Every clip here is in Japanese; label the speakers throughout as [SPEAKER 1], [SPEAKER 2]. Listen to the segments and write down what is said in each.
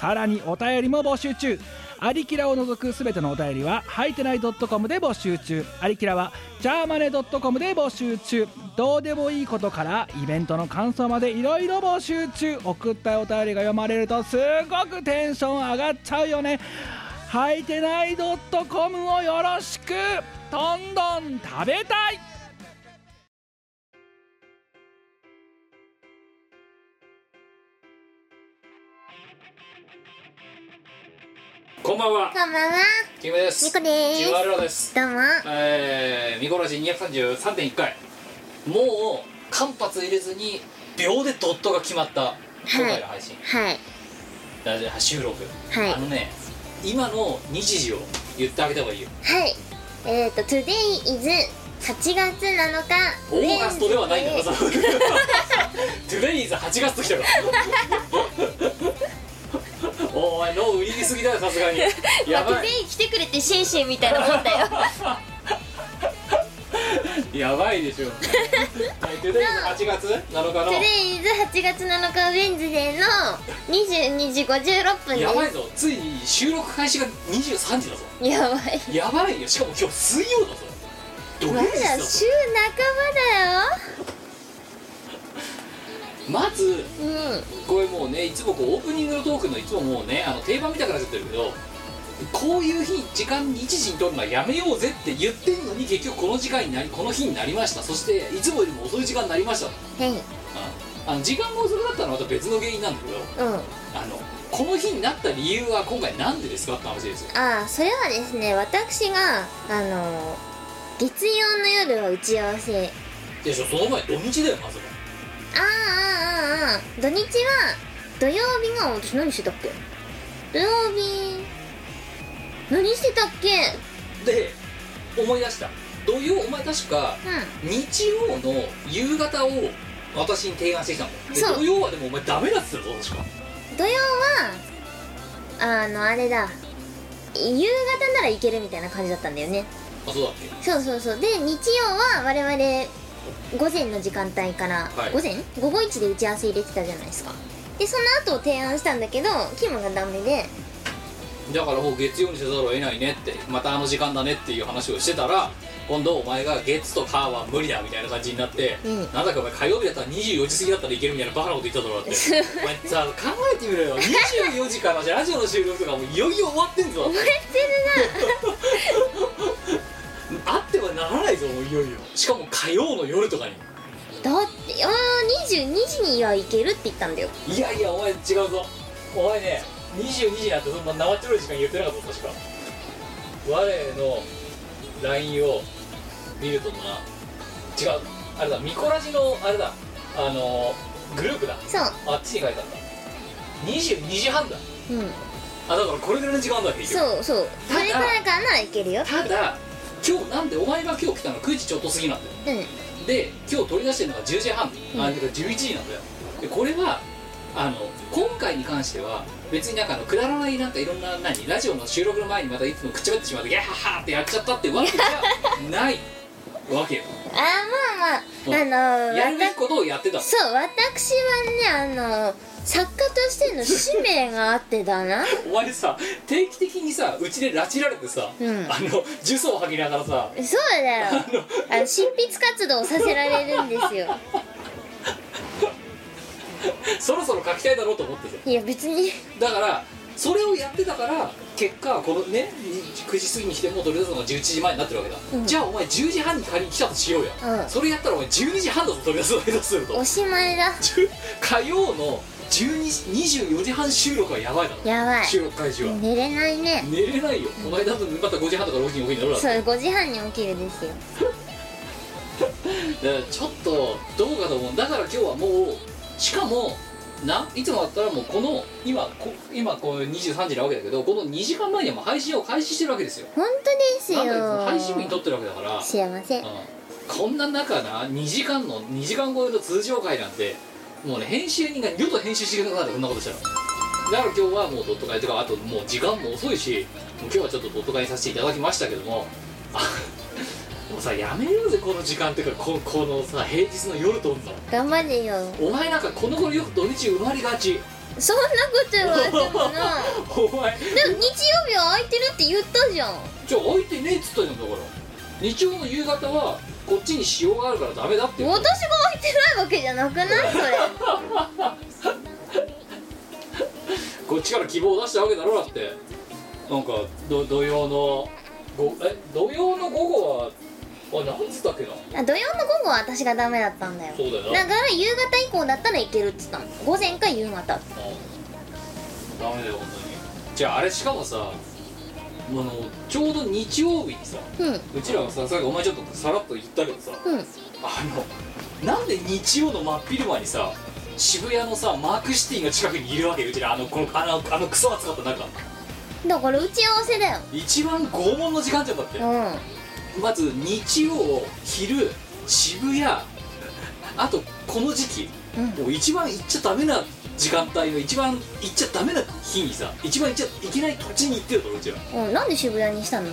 [SPEAKER 1] さらにお便りも募集中アリキラを除くすべてのお便りは、はいてない .com で募集中。アリキラは、ジャーマネ .com で募集中。どうでもいいことから、イベントの感想までいろいろ募集中。送ったお便りが読まれると、すごくテンション上がっちゃうよね。はいてない .com をよろしくどんどん食べたい
[SPEAKER 2] こんばんは
[SPEAKER 3] こんばんは
[SPEAKER 2] キムで
[SPEAKER 3] ニ
[SPEAKER 2] す
[SPEAKER 3] コです
[SPEAKER 2] ジュワルロです
[SPEAKER 3] どうも
[SPEAKER 2] えー、見殺し233.1回もう間髪入れずに秒でドットが決まった今回の配信、
[SPEAKER 3] はい
[SPEAKER 2] ラジオ収録、
[SPEAKER 3] はい
[SPEAKER 2] あのね今の日時を言ってあげた方がいいよ
[SPEAKER 3] はいえっ、ー、と Today is 8月7日
[SPEAKER 2] オーガストではないんだ
[SPEAKER 3] ウェ
[SPEAKER 2] な
[SPEAKER 3] ンズ
[SPEAKER 2] そ
[SPEAKER 3] デ
[SPEAKER 2] の トゥデイズ8月ときたから お前脳売りにすぎだよさすがに
[SPEAKER 4] いや
[SPEAKER 2] やばい
[SPEAKER 4] 全員来てくれてシェンシェンみた いなもんだよ
[SPEAKER 2] やばいでしょはいトゥデイズ8月7日の
[SPEAKER 3] Today is 8月7日ウェンズデーの22時56分です
[SPEAKER 2] やばいぞついに収録開始が23時だぞ
[SPEAKER 3] やばい
[SPEAKER 2] やばいよしかも今日水曜だぞ土
[SPEAKER 3] ま
[SPEAKER 2] 曜日だ
[SPEAKER 3] だ
[SPEAKER 2] ぞ
[SPEAKER 3] 週半
[SPEAKER 2] まず
[SPEAKER 3] ばだよ
[SPEAKER 2] これもうねいつもこうオープニングのトークのいつももうねあの定番みたくなっちゃってるけどこういう日時間に1時に撮るのはやめようぜって言ってんのに結局この時間になりこの日になりましたそしていつもよりも遅い時間になりました
[SPEAKER 3] うんはい
[SPEAKER 2] あの時間が遅くなったのはまた別の原因なんだけど
[SPEAKER 3] うん
[SPEAKER 2] あのこの日になった理由は今回なんでですかって話ですよ
[SPEAKER 3] ああそれはですね私があの月曜の夜は打ち合わせ
[SPEAKER 2] でしょその前土日だよまず
[SPEAKER 3] ああああああ土日は土曜日が私何してたっけ土曜日何してたっけ
[SPEAKER 2] で思い出した土曜お前確か
[SPEAKER 3] う
[SPEAKER 2] 日曜の夕方を私に提案してきたので
[SPEAKER 3] そう
[SPEAKER 2] 土曜はでもお前ダメだっつってたぞ確か
[SPEAKER 3] ん土曜はあのあれだ夕方ならいけるみたいな感じだったんだよね
[SPEAKER 2] あそうだっ
[SPEAKER 3] そうそうそうで日曜は我々午前の時間帯から、
[SPEAKER 2] はい
[SPEAKER 3] 午前午後1で打ち合わせ入れてたじゃないですかでその後提案したんだけどキムがダメで
[SPEAKER 2] けだからもう月曜にせざるを得ないねってまたあの時間だねっていう話をしてたら今度お前が月と火は無理だみたいな感じになって、
[SPEAKER 3] うん
[SPEAKER 2] なんだかお前火曜日だったら24時過ぎだったらいけるみたいなバカなこと言っただろうだってお前さ考えてみろよ24時からじゃラジオの収録とかもういよいよ終わってんぞ
[SPEAKER 3] 終わってるな
[SPEAKER 2] あってはならないぞもういよいよしかも火曜の夜とかに
[SPEAKER 3] だってああ22時にはいけるって言ったんだよ
[SPEAKER 2] いやいやお前違うぞお前ね22時になってそんな生ちょろい時間言ってなかった確か我の LINE を見るとな違うあれだミコラジのあれだあのグループだ
[SPEAKER 3] そ
[SPEAKER 2] あっちに書いてあった22時半だ
[SPEAKER 3] ううん
[SPEAKER 2] あだからこれぐらいの時間だって言って
[SPEAKER 3] そうそう
[SPEAKER 2] た
[SPEAKER 3] そ
[SPEAKER 2] だ
[SPEAKER 3] れからかないけるよ
[SPEAKER 2] ただ今日なんでお前が今日来たの9時ちょっと過ぎなんだよ
[SPEAKER 3] うんうん
[SPEAKER 2] で今日取り出してるのが10時半、あ
[SPEAKER 3] うん
[SPEAKER 2] てか11時なんだよでこれはあの今回に関しては別になんかあのくだらないなんかいろんな何ラジオの収録の前にまたいつもくっちゃべってしまってギャッハッハってやっちゃったってわけじゃないわけよ
[SPEAKER 3] ああまあまああのー
[SPEAKER 2] やるべ
[SPEAKER 3] わ
[SPEAKER 2] きことをやってた
[SPEAKER 3] たそう私はねあのー作家としての使命があってだな
[SPEAKER 2] お前さ定期的にさうちで拉致られてさ、
[SPEAKER 3] うん
[SPEAKER 2] あの呪詛を吐きながらさ
[SPEAKER 3] そうだよあの執筆活動をさせられるんですよ
[SPEAKER 2] そろそろ書きたいだろうと思ってて
[SPEAKER 3] いや別に
[SPEAKER 2] だからそれをやってたから結果このね9時過ぎに来てもう取り出すのが11時前になってるわけだ、
[SPEAKER 3] うん
[SPEAKER 2] じゃあお前10時半に仮に来たとしようよ、
[SPEAKER 3] うん
[SPEAKER 2] それやったらお前12時半だぞ取り出すの下手すると
[SPEAKER 3] おしまいだ
[SPEAKER 2] 10火曜の12 24時半収録はやばいだろ
[SPEAKER 3] やばい
[SPEAKER 2] 収録開始は、
[SPEAKER 3] 寝れないね
[SPEAKER 2] 寝れないよお前だとまた5時半とか6時に起きになるだろ
[SPEAKER 3] そう5時半に起きるですよ
[SPEAKER 2] だからちょっとどうかと思うだから今日はもうしかもないつもだったらもうこの今こ今この23時なわけだけどこの2時間前にはもう配信を開始してるわけですよ
[SPEAKER 3] 本当ですよ
[SPEAKER 2] なんだ配信部に撮ってるわけだから、
[SPEAKER 3] すいません
[SPEAKER 2] うん、こんな中な2時間の2時間超えの通常回なんてもうね編集人が二度と編集してくれなくなるこんなことしたらだから今日はもうドット会とかあともう時間も遅いしもう今日はちょっとドット会にさせていただきましたけども あもうさやめようぜこの時間っていうかここのさ平日の夜とんの
[SPEAKER 3] 頑張れよ
[SPEAKER 2] お前なんかこの頃よく土日埋まりがち
[SPEAKER 3] そんなこと言われて もな
[SPEAKER 2] お前
[SPEAKER 3] でも日曜日は空いてるって言ったじゃん
[SPEAKER 2] じゃあ空いてねえっつったじゃんだから日曜の夕方はこっちに仕様があるからダメだって
[SPEAKER 3] 私
[SPEAKER 2] 言っ
[SPEAKER 3] が
[SPEAKER 2] た
[SPEAKER 3] 空いてないわけじゃなくないそれ
[SPEAKER 2] こっちから希望を出したわけだろだってなんかど土曜のごえ土曜の午後はあなんつったっけな
[SPEAKER 3] あ土曜の午後は私がダメだったんだよ
[SPEAKER 2] そうだよな
[SPEAKER 3] だから夕方以降だったらいけるっつったの午前か夕方
[SPEAKER 2] うんダメだよ本当にじゃああれしかもさあのちょうど日曜日にさ
[SPEAKER 3] うんうん
[SPEAKER 2] うちらがささっきお前ちょっとさらっと言ったけどさあのなんで日曜の真っ昼間にさ渋谷のさマークシティの近くにいるわけうちらあのこのあのあのクソ暑かった中
[SPEAKER 3] だから打ち合わせだよ
[SPEAKER 2] 一番拷問の時間じゃんだって
[SPEAKER 3] う
[SPEAKER 2] まず日曜昼渋谷あとこの時期、
[SPEAKER 3] うん
[SPEAKER 2] もう一番行っちゃダメな時間帯の一番行っちゃダメな日にさ一番行っちゃいけない土地に行ってるだろうちら
[SPEAKER 3] ん、うん、なんで渋谷にしたの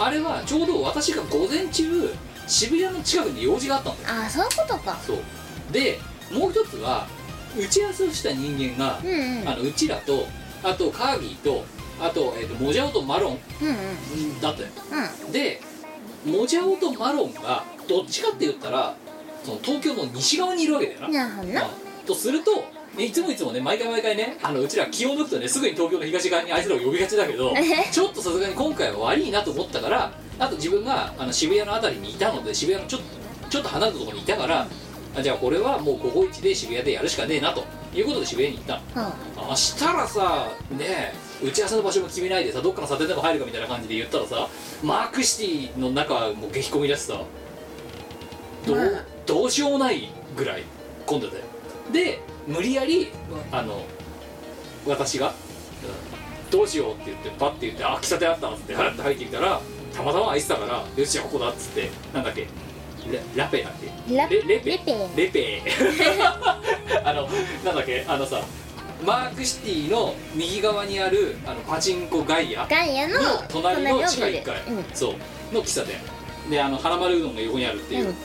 [SPEAKER 2] あれはちょうど私が午前中渋谷の近くに用事があったんだよ
[SPEAKER 3] ああそういうことか
[SPEAKER 2] そうでもう一つは打ち合わせをした人間が
[SPEAKER 3] う、んうんうん
[SPEAKER 2] あのうちらとあとカーギーとあと,、えー、とモジャオとマロン
[SPEAKER 3] うん
[SPEAKER 2] だったよ
[SPEAKER 3] うん
[SPEAKER 2] でモジャオとマロンがどっちかって言ったらその東京の西側にいるわけだよな、
[SPEAKER 3] なるほどな
[SPEAKER 2] まあとするとねいつもいつもね毎回毎回ねあのうちら気を抜くとねすぐに東京の東側にあいつらを呼びがちだけどちょっとさすがに今回は悪いなと思ったからあと自分があの渋谷の辺りにいたので渋谷のちょっとちょっと離れたところにいたからあじゃあこれはもう午後一で渋谷でやるしかねえなということで渋谷に行ったの
[SPEAKER 3] は
[SPEAKER 2] あしたらさねえ打ち合わせの場所も決めないでさどっかの査定でも入るかみたいな感じで言ったらさマークシティの中はもう激混みだしさどう
[SPEAKER 3] まあ
[SPEAKER 2] どうしようもないぐらい混んでたよで無理やりあの私が、うんどうしようって言ってパッて言って「あ喫茶店あった」っつってハラッと入ってきたらたまたま空いてたから「よしじゃあここだ」っつってなんだっけララペだっけ
[SPEAKER 3] あラ
[SPEAKER 2] レ
[SPEAKER 3] レ
[SPEAKER 2] レペ
[SPEAKER 3] ペ
[SPEAKER 2] レペ あのなんだっけあのさマークシティの右側にあるあのパチンコガイア
[SPEAKER 3] ガイアの
[SPEAKER 2] の隣の地下
[SPEAKER 3] 隣を
[SPEAKER 2] 1階、
[SPEAKER 3] 見る
[SPEAKER 2] そうの喫茶店であの花丸うどんが横にあるってい
[SPEAKER 3] う
[SPEAKER 2] う、
[SPEAKER 3] ん
[SPEAKER 2] うん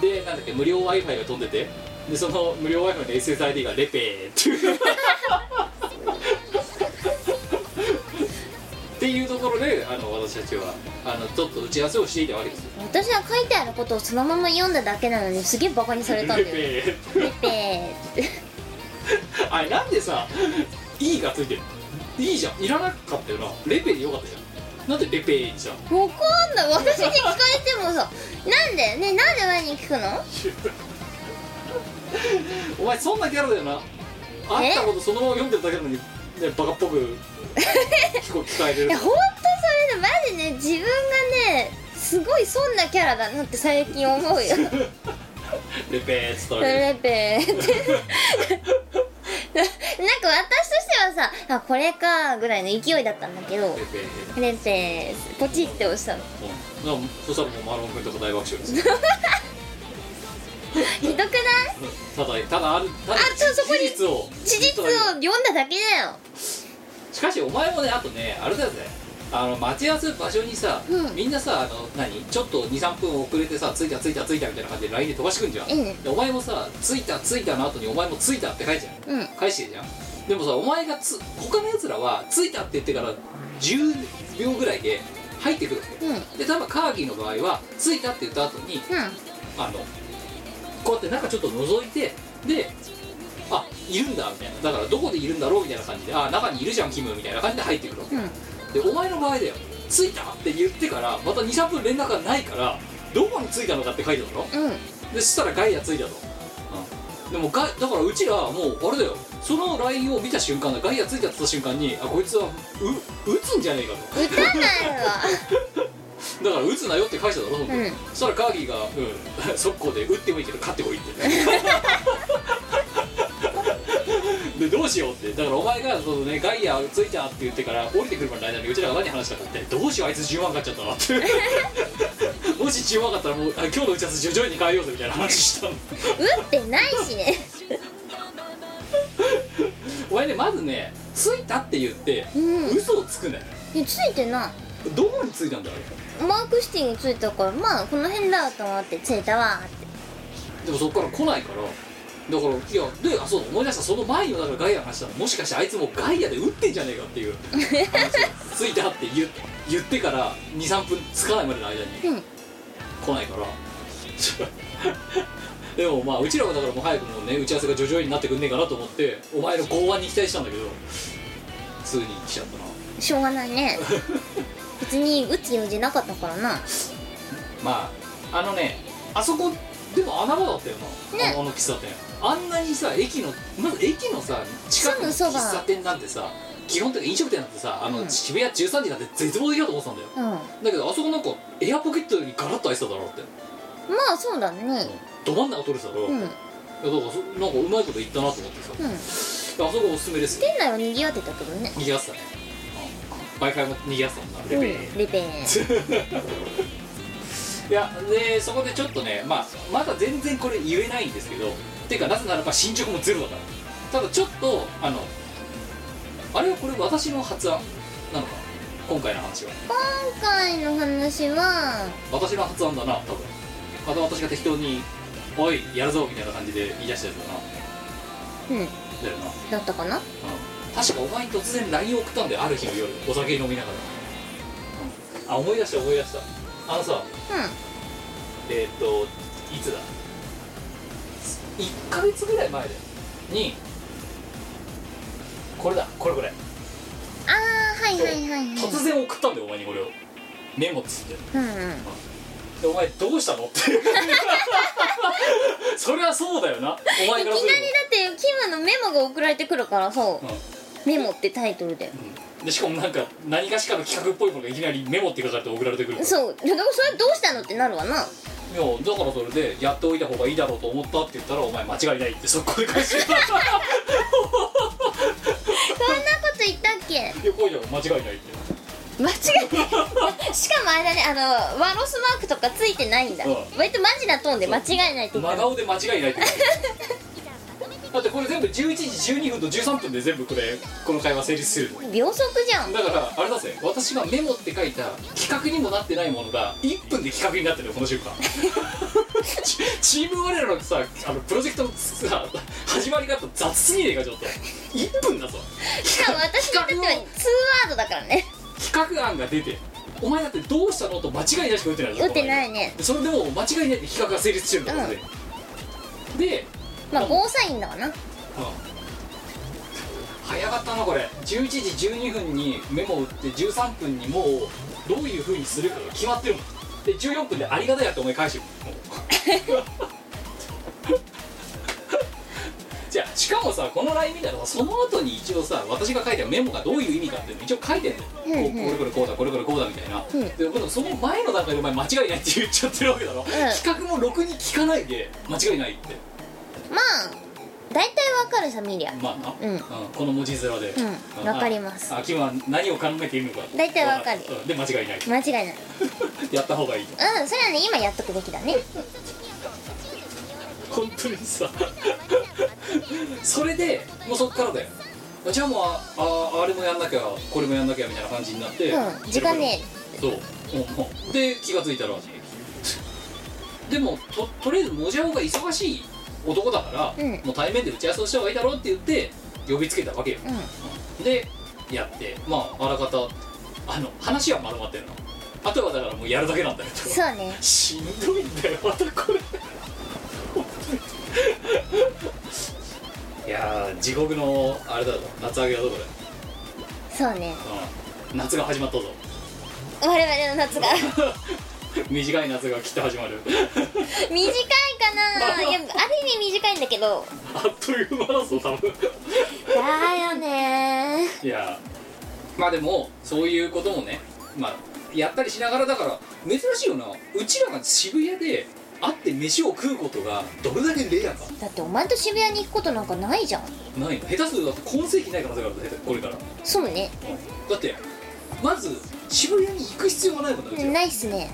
[SPEAKER 2] でなんだっけ無料 w i f i が飛んでてでその無料 w i f i の SSID がレペーっていうっていうところであの私たちはあのちょっと打ち合わせをしていたわけですよ
[SPEAKER 3] うん、私は書いてあることをそのまま読んだだけなのにすげえバカにされたんだ
[SPEAKER 2] レ
[SPEAKER 3] よ
[SPEAKER 2] ペ
[SPEAKER 3] レ
[SPEAKER 2] ー
[SPEAKER 3] ペーって
[SPEAKER 2] あれなんでさ「いい」がついてるいいじゃんいらなかったよなレペでよかったじゃんなんでレペじゃん
[SPEAKER 3] わかんない私に聞かれてもさなんでねなんで前に聞くの
[SPEAKER 2] お前そんなキャラだよなあったことそのまま読んでるだけなのに、ね、バカっぽく聞こ聞かれて
[SPEAKER 3] い
[SPEAKER 2] る
[SPEAKER 3] やほんとそれでマジね自分がねすごい損なキャラだなって最近思うよ
[SPEAKER 2] レペっつったわけで
[SPEAKER 3] レペーって なんか私としてはさあこれかぐらいの勢いだったんだけど
[SPEAKER 2] レペ
[SPEAKER 3] レペーポチって押したの
[SPEAKER 2] うんなんかそしたらもうマロン君とか大爆笑ですよ
[SPEAKER 3] ひどくない
[SPEAKER 2] ただただあるただ
[SPEAKER 3] あそうそこに
[SPEAKER 2] 事実を
[SPEAKER 3] 事実を読んだだけだよ
[SPEAKER 2] しかしお前もねあとねあれだよねあの待ち合わせ場所にさ、
[SPEAKER 3] うん
[SPEAKER 2] みんなさあの何ちょっと23分遅れてさ「着いた着いた着いた」みたいな感じで LINE で飛ばしてくんじゃん、
[SPEAKER 3] ええ
[SPEAKER 2] でお前もさ「着いた着いた」の後にお前も「着いた」って書いちゃう
[SPEAKER 3] うん
[SPEAKER 2] 返してるじゃんでもさお前がつ他のやつらは「着いた」って言ってから10秒ぐらいで入ってくるわけ
[SPEAKER 3] うんうん
[SPEAKER 2] で多分カーギーの場合は「着いた」って言った後にあのこうやってなんかちょっと覗いてであいるんだみたいなだからどこでいるんだろうみたいな感じであ中にいるじゃんキムみたいな感じで入ってくるわけ
[SPEAKER 3] うん
[SPEAKER 2] でお前の場合だよ「着いた?」って言ってからまた23分連絡がないからどこに着いたのかって書いてあるの
[SPEAKER 3] うん
[SPEAKER 2] でそしたらガイア着いたと、うん、でもガイだからうちらもうあれだよその LINE を見た瞬間だガイア着いたって言った瞬間にあこいつはう打つんじゃねえかと
[SPEAKER 3] 打たないわ
[SPEAKER 2] だから打つなよって会社だろ、その時
[SPEAKER 3] うん
[SPEAKER 2] そしたらカーギーが、うん、速攻で打ってもいいけど勝ってこいってでどうしようって だからお前がその、ね、ガイアついたって言ってから降りてくるまでの間にうちらが何話したかってどうしようあいつ10万買っちゃったなって もし10万買ったらもうあ今日の打ち合わせ徐々に変えようぜみたいな話 したの
[SPEAKER 3] 打ってないしね
[SPEAKER 2] お前ねまずねついたって言って
[SPEAKER 3] うん
[SPEAKER 2] 嘘をつくね
[SPEAKER 3] いやついてない
[SPEAKER 2] どこについたんだろ
[SPEAKER 3] マークシティについたからまあこの辺だと思ってついたわーって
[SPEAKER 2] うでもそっから来ないからだからいやであそうだ思い出したその前にもだからガイアの話したのもしかしてあいつもうガイアで打ってんじゃねえかっていう話をついたって言言ってから23分つかないまでの間に
[SPEAKER 3] うん
[SPEAKER 2] 来ないから でもまあうちらもだからもう早くもうね打ち合わせが徐々になってくんねえかなと思ってお前の剛腕に期待したんだけど普通に来ちゃったな
[SPEAKER 3] しょうがないね別に打つ用事なかったからな
[SPEAKER 2] まああのねあそこでも穴場だったよな、
[SPEAKER 3] ね
[SPEAKER 2] あのあの喫茶店あんなにさ駅のまず駅のさ近くの
[SPEAKER 3] すぐそ
[SPEAKER 2] 喫
[SPEAKER 3] ば
[SPEAKER 2] 茶店なんてさ基本的に飲食店なんてさあの、
[SPEAKER 3] うん
[SPEAKER 2] 渋谷13時なんて絶望的だと思ってたんだよ
[SPEAKER 3] うんま
[SPEAKER 2] だけどあそこなんかエアポケットにガラッと開いてただろうって
[SPEAKER 3] あそうだね
[SPEAKER 2] ど真ん中取れてただろ
[SPEAKER 3] う
[SPEAKER 2] う、い
[SPEAKER 3] んうん
[SPEAKER 2] やだからそなんかうまいこと言ったなと思ってさあそこおすすめですよ
[SPEAKER 3] 店内は賑わってたけどね
[SPEAKER 2] 逃げ出したね w i f i も逃げ出したもんなレベル
[SPEAKER 3] うんレベー
[SPEAKER 2] いやでそこでちょっとね、まあ、まだ全然これ言えないんですけどっていうかなぜならば進捗もゼロだからただちょっとあのあれはこれ私の発案なのか今回の話は
[SPEAKER 3] 今回の話は
[SPEAKER 2] 私の発案だな多分また私が適当に「おいやるぞ」みたいな感じで言い出したやつだな
[SPEAKER 3] うん
[SPEAKER 2] だよな
[SPEAKER 3] だったかな
[SPEAKER 2] うん確かお前に突然 LINE を送ったんだよある日の夜お酒飲みながら、うんあ思い出した思い出したあのさ
[SPEAKER 3] う
[SPEAKER 2] えーっといつだ1ヶ月ぐらい前だよにこれだこれこれ
[SPEAKER 3] んああはいはいはいはい
[SPEAKER 2] 突然送ったんだよお前にこれをメモっつって
[SPEAKER 3] うんうん
[SPEAKER 2] でお前どうしたのって それはそうだよなお前
[SPEAKER 3] いきな
[SPEAKER 2] から
[SPEAKER 3] り
[SPEAKER 2] す
[SPEAKER 3] だ
[SPEAKER 2] る
[SPEAKER 3] ってキムのメモが送られてくるからさ
[SPEAKER 2] とうん
[SPEAKER 3] メモってタイトルで
[SPEAKER 2] でしかもなんか何かしかの企画っぽいものがいきなりメモって書かれて送られてくるから
[SPEAKER 3] そういやでもそれどうしたのってなるわない
[SPEAKER 2] やだからそれでやっておいた方がいいだろうと思ったって言ったらお前間違いないって速攻で返 してた
[SPEAKER 3] そんなこと言ったっけ
[SPEAKER 2] いやこうじゃ間違いないって
[SPEAKER 3] 間違え しかもあれだねあのワロスマークとかついてないんだ
[SPEAKER 2] うん
[SPEAKER 3] 割とマジなトーンで間違いないって言っ
[SPEAKER 2] 真
[SPEAKER 3] たの
[SPEAKER 2] 顔で間違いないって だってこれ全部11時12分と13分で全部これこの会話成立する
[SPEAKER 3] 秒速じ ゃん
[SPEAKER 2] だからあれだぜ私がメモって書いた企画にもなってないものが1分で企画になってるよこの瞬間チチーム我らのさあのプロジェクトのさ始まり方雑すぎねえかちょっと1分だぞ
[SPEAKER 3] しかも私にとっては2ワードだからね
[SPEAKER 2] 企画案が出てお前だってどうしたのと間違いなしか打ってないぞ
[SPEAKER 3] 打ってないね
[SPEAKER 2] それでもう間違いないって企画が成立してるんだからね、で
[SPEAKER 3] まあゴーサインだわな
[SPEAKER 2] 早かったなこれ11時12分にメモを打って13分にもうどういうふうにするかが決まってるもんで14分で「ありがたいや」ってお前返してるもう じゃあしかもさこの LINE 見たらさその後に一応さ私が書いたメモがどういう意味かっていうの一応書いてんだよ、
[SPEAKER 3] うんうん
[SPEAKER 2] ここれこれこうだこれこれこうだみたいな、
[SPEAKER 3] うん
[SPEAKER 2] ででもその前の段階でお前間違いないって言っちゃってるわけだろ、企画もろくに聞かないで間違いないって
[SPEAKER 3] まあ大体わかるさミリア
[SPEAKER 2] まあな、
[SPEAKER 3] うん
[SPEAKER 2] この文字面で、
[SPEAKER 3] うんわかります
[SPEAKER 2] あ君は何を考えているのか
[SPEAKER 3] 大体わかる
[SPEAKER 2] うんで間違い ない
[SPEAKER 3] 間違いない
[SPEAKER 2] やった方がいい
[SPEAKER 3] うんそれはね今やっとくべきだね
[SPEAKER 2] 本当にさ それでもうそっからだよじゃあもうあああれもやんなきゃこれもやんなきゃみたいな感じになって、
[SPEAKER 3] うん時間ね
[SPEAKER 2] そうもうで気がついたらでもととりあえずモジャオが忙しい男だから、
[SPEAKER 3] うん
[SPEAKER 2] もう対面で打ち合わせをした方がいいだろうって言って呼びつけたわけよ、
[SPEAKER 3] うん
[SPEAKER 2] でやってまああらかたあの話はまとまってるのあとはだからもうやるだけなんだよ
[SPEAKER 3] そうね
[SPEAKER 2] しんどいんだよまたこれいやー地獄のあれだぞ夏上げだぞこれ、
[SPEAKER 3] そうね
[SPEAKER 2] うん、夏が始まったぞ
[SPEAKER 3] 我々の夏 が
[SPEAKER 2] 短い夏がきっと始まる
[SPEAKER 3] 短いかないやある意味短いんだけど
[SPEAKER 2] あっという間だぞ多分
[SPEAKER 3] だよね
[SPEAKER 2] いやまあでもそういうこともねまあやったりしながらだから珍しいよなうちらが渋谷で会って飯を食うことがどれだけレアか
[SPEAKER 3] だってお前と渋谷に行くことなんかないじゃん
[SPEAKER 2] ないの下手すると今世紀ない可能性があるんだよこれから
[SPEAKER 3] そうね
[SPEAKER 2] だってまず渋谷に行く必要がないもんだよ
[SPEAKER 3] ないっすね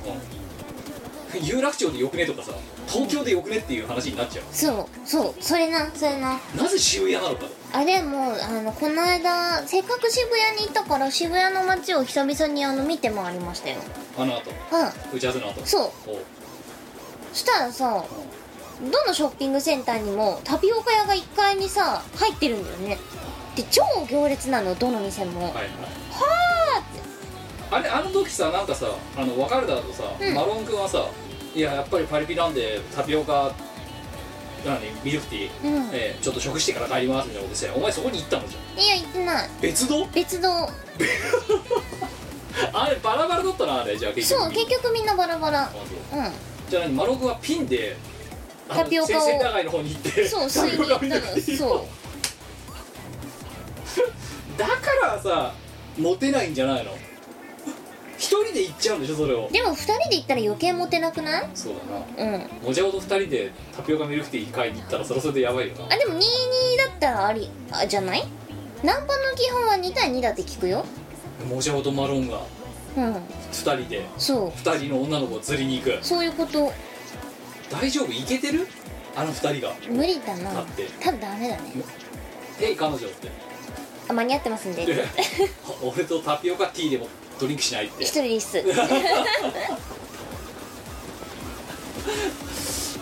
[SPEAKER 2] うん有楽町でよくねとかさ東京でよくねっていう話になっちゃ
[SPEAKER 3] そうそうそれなそれな
[SPEAKER 2] うなぜ渋谷なのかと
[SPEAKER 3] あれもうあのこの間せっかく渋谷に行ったから渋谷の街を久々にあの見て回りましたよ
[SPEAKER 2] あの後
[SPEAKER 3] う
[SPEAKER 2] 打ち合わせの後
[SPEAKER 3] んそう
[SPEAKER 2] おう
[SPEAKER 3] したらさどのショッピングセンターにもタピオカ屋が1階にさ入ってるんだよねで超行列なのどの店も
[SPEAKER 2] はいはいあれあの時さなんかさあの別れた後さ、
[SPEAKER 3] うん
[SPEAKER 2] マロン君はさいややっぱりパリピなんでタピオカなんでミルクティー、
[SPEAKER 3] うんい
[SPEAKER 2] えーちょっと食してから帰りますみたいなことしてお前そこに行ったのじゃん
[SPEAKER 3] や行ってない
[SPEAKER 2] 別動
[SPEAKER 3] 別の
[SPEAKER 2] あれバラバラだったなあれじゃあ結局
[SPEAKER 3] そう結局みんなバラバラ
[SPEAKER 2] あそう
[SPEAKER 3] う
[SPEAKER 2] じゃあ何マロン君はピンであの
[SPEAKER 3] タピオカを
[SPEAKER 2] 先々長いの方に行って
[SPEAKER 3] んそう
[SPEAKER 2] タ
[SPEAKER 3] 吸い
[SPEAKER 2] ピ
[SPEAKER 3] に
[SPEAKER 2] オ
[SPEAKER 3] 行
[SPEAKER 2] カ
[SPEAKER 3] った
[SPEAKER 2] 見
[SPEAKER 3] の
[SPEAKER 2] なくていい
[SPEAKER 3] そ
[SPEAKER 2] のだからさモテないんじゃないの一人で行っちゃうんでしょそれを
[SPEAKER 3] うでも2人で行ったら余計モテなくない
[SPEAKER 2] そうだな
[SPEAKER 3] うん
[SPEAKER 2] もじゃおと二人でタピオカミルクティー買いに行ったらそれはそれでやばいよな
[SPEAKER 3] あでも22だったらありあじゃないナンパの基本は2対2だって聞くよ
[SPEAKER 2] もじゃおとマロンが
[SPEAKER 3] うん
[SPEAKER 2] 二人で
[SPEAKER 3] そう
[SPEAKER 2] 二人の女の子を釣りに行く
[SPEAKER 3] そういうこと
[SPEAKER 2] 大丈夫いけてるあの二人が
[SPEAKER 3] 無理だな
[SPEAKER 2] だって
[SPEAKER 3] 多分ダメだね
[SPEAKER 2] 「へい彼女」って
[SPEAKER 3] あ間に合ってますんで
[SPEAKER 2] で俺とタピオカティーでもドリンクしないっ て
[SPEAKER 3] 一人です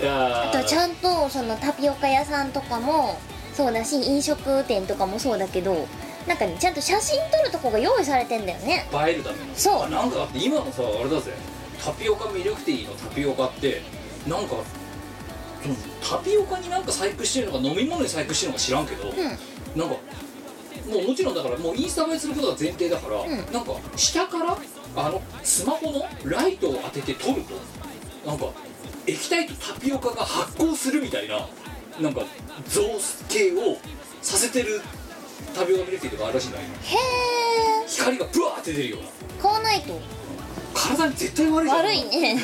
[SPEAKER 2] いや
[SPEAKER 3] あとち
[SPEAKER 2] ー
[SPEAKER 3] ゃんとそのタピオカ屋さんとかもそうだし飲食店とかもそうだけどなんかねちゃんと写真撮るとこが用意されてんだよね
[SPEAKER 2] 映えるための
[SPEAKER 3] そう
[SPEAKER 2] あなんかだって今のさあれだぜタピオカミルクティーのタピオカってなんかそのタピオカになんか細工してるのか飲み物に細工してるのか知らんけど、
[SPEAKER 3] うん
[SPEAKER 2] なんかもうもちろんだからもうインスタ映えすることが前提だから、
[SPEAKER 3] ん
[SPEAKER 2] なんか下からあのスマホのライトを当てて撮るとなんか液体とタピオカが発光するみたいななんか造形をさせてるタピオカミルクティーとかあるらしいんだよ今
[SPEAKER 3] へえ
[SPEAKER 2] 光がブワーって出るような
[SPEAKER 3] 買わないと
[SPEAKER 2] 体に絶対悪いじゃん
[SPEAKER 3] 悪いね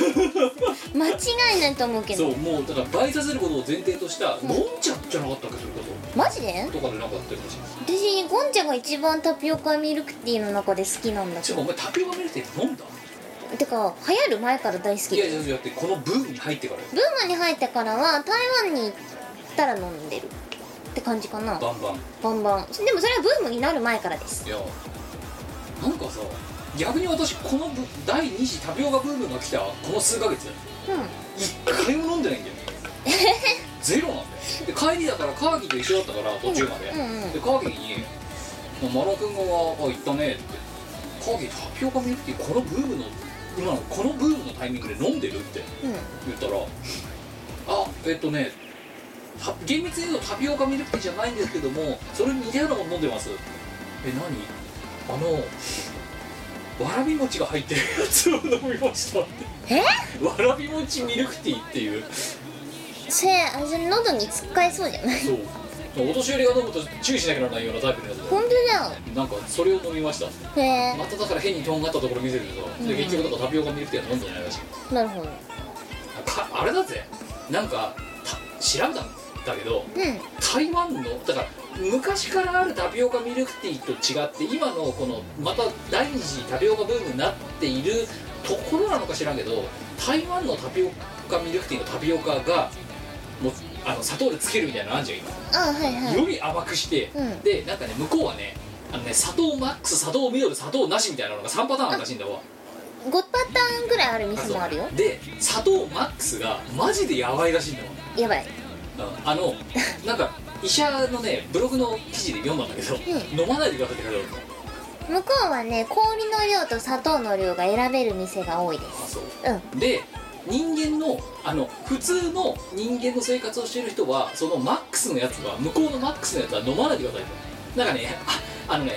[SPEAKER 3] 間違いないと思うけ
[SPEAKER 2] そ
[SPEAKER 3] ど
[SPEAKER 2] うもうだから倍させることを前提とした、飲んじゃじゃなかったっけそれこ
[SPEAKER 3] マジで
[SPEAKER 2] そとかでなんかやってるかもしれない
[SPEAKER 3] 私ゴンちゃんが一番タピオカミルクティーの中で好きなんだ
[SPEAKER 2] しかもお前タピオカミルクティー飲んだ
[SPEAKER 3] てか流行る前から大好き
[SPEAKER 2] いやい
[SPEAKER 3] で
[SPEAKER 2] や
[SPEAKER 3] す
[SPEAKER 2] いやだってこのブームに入ってからよ
[SPEAKER 3] ブームに入ってからは台湾に行ったら飲んでるって感じかな
[SPEAKER 2] バンバン
[SPEAKER 3] バンバンでもそれはブームになる前からです
[SPEAKER 2] いやなんかさ逆に私このブ第2次タピオカブームが来たこの数ヶ月
[SPEAKER 3] う
[SPEAKER 2] 一回も飲んでないんだよゼロなんだよで帰りだからカーギーと一緒だったから途中まで、
[SPEAKER 3] んうんうん
[SPEAKER 2] でカーギーに「まあマロ君があ行ったね」って「カーギータピオカミルクティーこのブームの今のこのブームのタイミングで飲んでる?」って
[SPEAKER 3] うん
[SPEAKER 2] 言ったら「あえっとねた厳密に言うとタピオカミルクティーじゃないんですけどもそれに似たようなもの飲んでます」え何あのわらび餅が入ってるやつを飲みましたってえわらび餅ミルクティーっていう
[SPEAKER 3] それあれじゃ喉に突っかえそうじゃ ない
[SPEAKER 2] そうお年寄りが飲むと注意しなきゃならないようなタイプのやつ
[SPEAKER 3] 本
[SPEAKER 2] で
[SPEAKER 3] 当だ
[SPEAKER 2] なんかそれを飲みました
[SPEAKER 3] よへ
[SPEAKER 2] まただから変にとんがったところ見せるけど、で結局だからタピオカミルクティーは飲んでないらしい
[SPEAKER 3] えなるほど
[SPEAKER 2] かあれだぜなんかた調べたんだけど
[SPEAKER 3] うん
[SPEAKER 2] 台湾のだから昔からあるタピオカミルクティーと違って今のこのまた第二次タピオカブームになっているところなのか知らんけど台湾のタピオカミルクティーのタピオカがもうあの砂糖でつけるみたいなのあるじゃん今
[SPEAKER 3] あはいはい
[SPEAKER 2] より甘くして、
[SPEAKER 3] うん
[SPEAKER 2] でなんかね向こうはねあのね砂糖マックス砂糖ミドル砂糖なしみたいなのが3パターンあるらしいんだわ
[SPEAKER 3] 5パターンぐらいある店もあるよ
[SPEAKER 2] で砂糖マックスがマジでやばいらしいんだわ
[SPEAKER 3] やばい
[SPEAKER 2] あのなんか医者のねブログの記事で読んだんだけど、
[SPEAKER 3] ん
[SPEAKER 2] 飲まないでくださいって書いてある
[SPEAKER 3] 向こうはね氷の量と砂糖の量が選べる店が多いです
[SPEAKER 2] あそう
[SPEAKER 3] うん
[SPEAKER 2] で人間のあの普通の人間の生活をしてる人はそのマックスのやつは向こうのマックスのやつは飲まないでくださいとなんかねああのね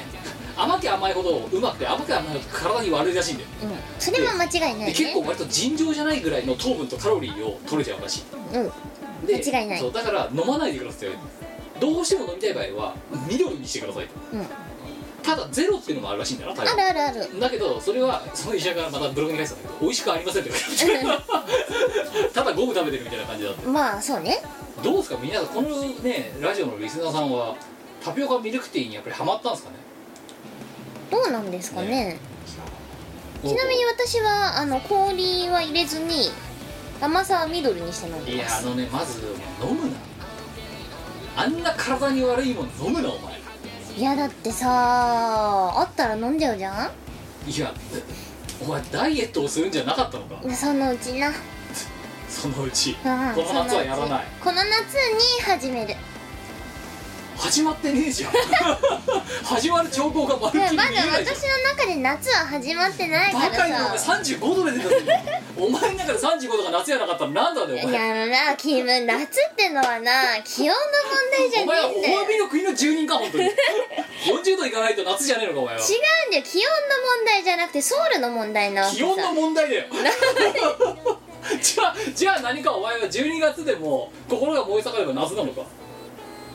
[SPEAKER 2] 甘け甘いほどうまくて甘け甘いほど体に悪いらしいんだよ、
[SPEAKER 3] うんそれは間違いない
[SPEAKER 2] で
[SPEAKER 3] ね
[SPEAKER 2] 結構割と尋常じゃないぐらいの糖分とカロリーを取れちゃうらしい
[SPEAKER 3] うん
[SPEAKER 2] で
[SPEAKER 3] 間違いない
[SPEAKER 2] そうだから飲まないでくださいどうしても飲みたい場合は緑にしてくださいと
[SPEAKER 3] うん
[SPEAKER 2] ただゼロっていうのもあるらしいんだよな台
[SPEAKER 3] あ
[SPEAKER 2] 湾
[SPEAKER 3] るあるある
[SPEAKER 2] だけどそれはその医者からまたブログに書いてたんだけど美味しくありませんって言われてただゴム食べてるみたいな感じだっ
[SPEAKER 3] まあそうね
[SPEAKER 2] たどうですかみんなこのねラジオのリスナーさんはタピオカミルクティーにやっぱりハマったんですかね
[SPEAKER 3] どうなんですかね
[SPEAKER 2] ち
[SPEAKER 3] ちなみに私はあの氷は入れずに甘さはミドルにして飲んで
[SPEAKER 2] いや
[SPEAKER 3] ま
[SPEAKER 2] あ
[SPEAKER 3] す
[SPEAKER 2] のねまずお前飲むなあんな体に悪いもの飲むなお前
[SPEAKER 3] いやだってさあったら飲んじゃうじゃん
[SPEAKER 2] いやお前ダイエットをするんじゃなかったのか
[SPEAKER 3] そのうちな、うん、
[SPEAKER 2] そのうちこ
[SPEAKER 3] こ
[SPEAKER 2] の夏はやらない
[SPEAKER 3] この夏に始める
[SPEAKER 2] 始まってねえじゃん始まる兆候がまる
[SPEAKER 3] い
[SPEAKER 2] っ
[SPEAKER 3] や
[SPEAKER 2] きり見
[SPEAKER 3] ま
[SPEAKER 2] え
[SPEAKER 3] だ
[SPEAKER 2] ないじゃん
[SPEAKER 3] 私の中で夏は始まってないか
[SPEAKER 2] バカにお前
[SPEAKER 3] らさ
[SPEAKER 2] 35度目出てたぞお前の中で35度が夏やなかったらなんだねお
[SPEAKER 3] い
[SPEAKER 2] 前
[SPEAKER 3] やあのな君夏ってのはな気温の問題じゃ
[SPEAKER 2] お前は
[SPEAKER 3] ねえんだよ
[SPEAKER 2] 大火の国の住人か 本当に40度いかないと夏じゃねえのかお前は
[SPEAKER 3] 違うんだよ気温の問題じゃなくてソウルの問題なわけ
[SPEAKER 2] 気温の
[SPEAKER 3] さ
[SPEAKER 2] 問題だよじゃあじゃあ何かお前は12月でも心が燃え盛れば夏なのか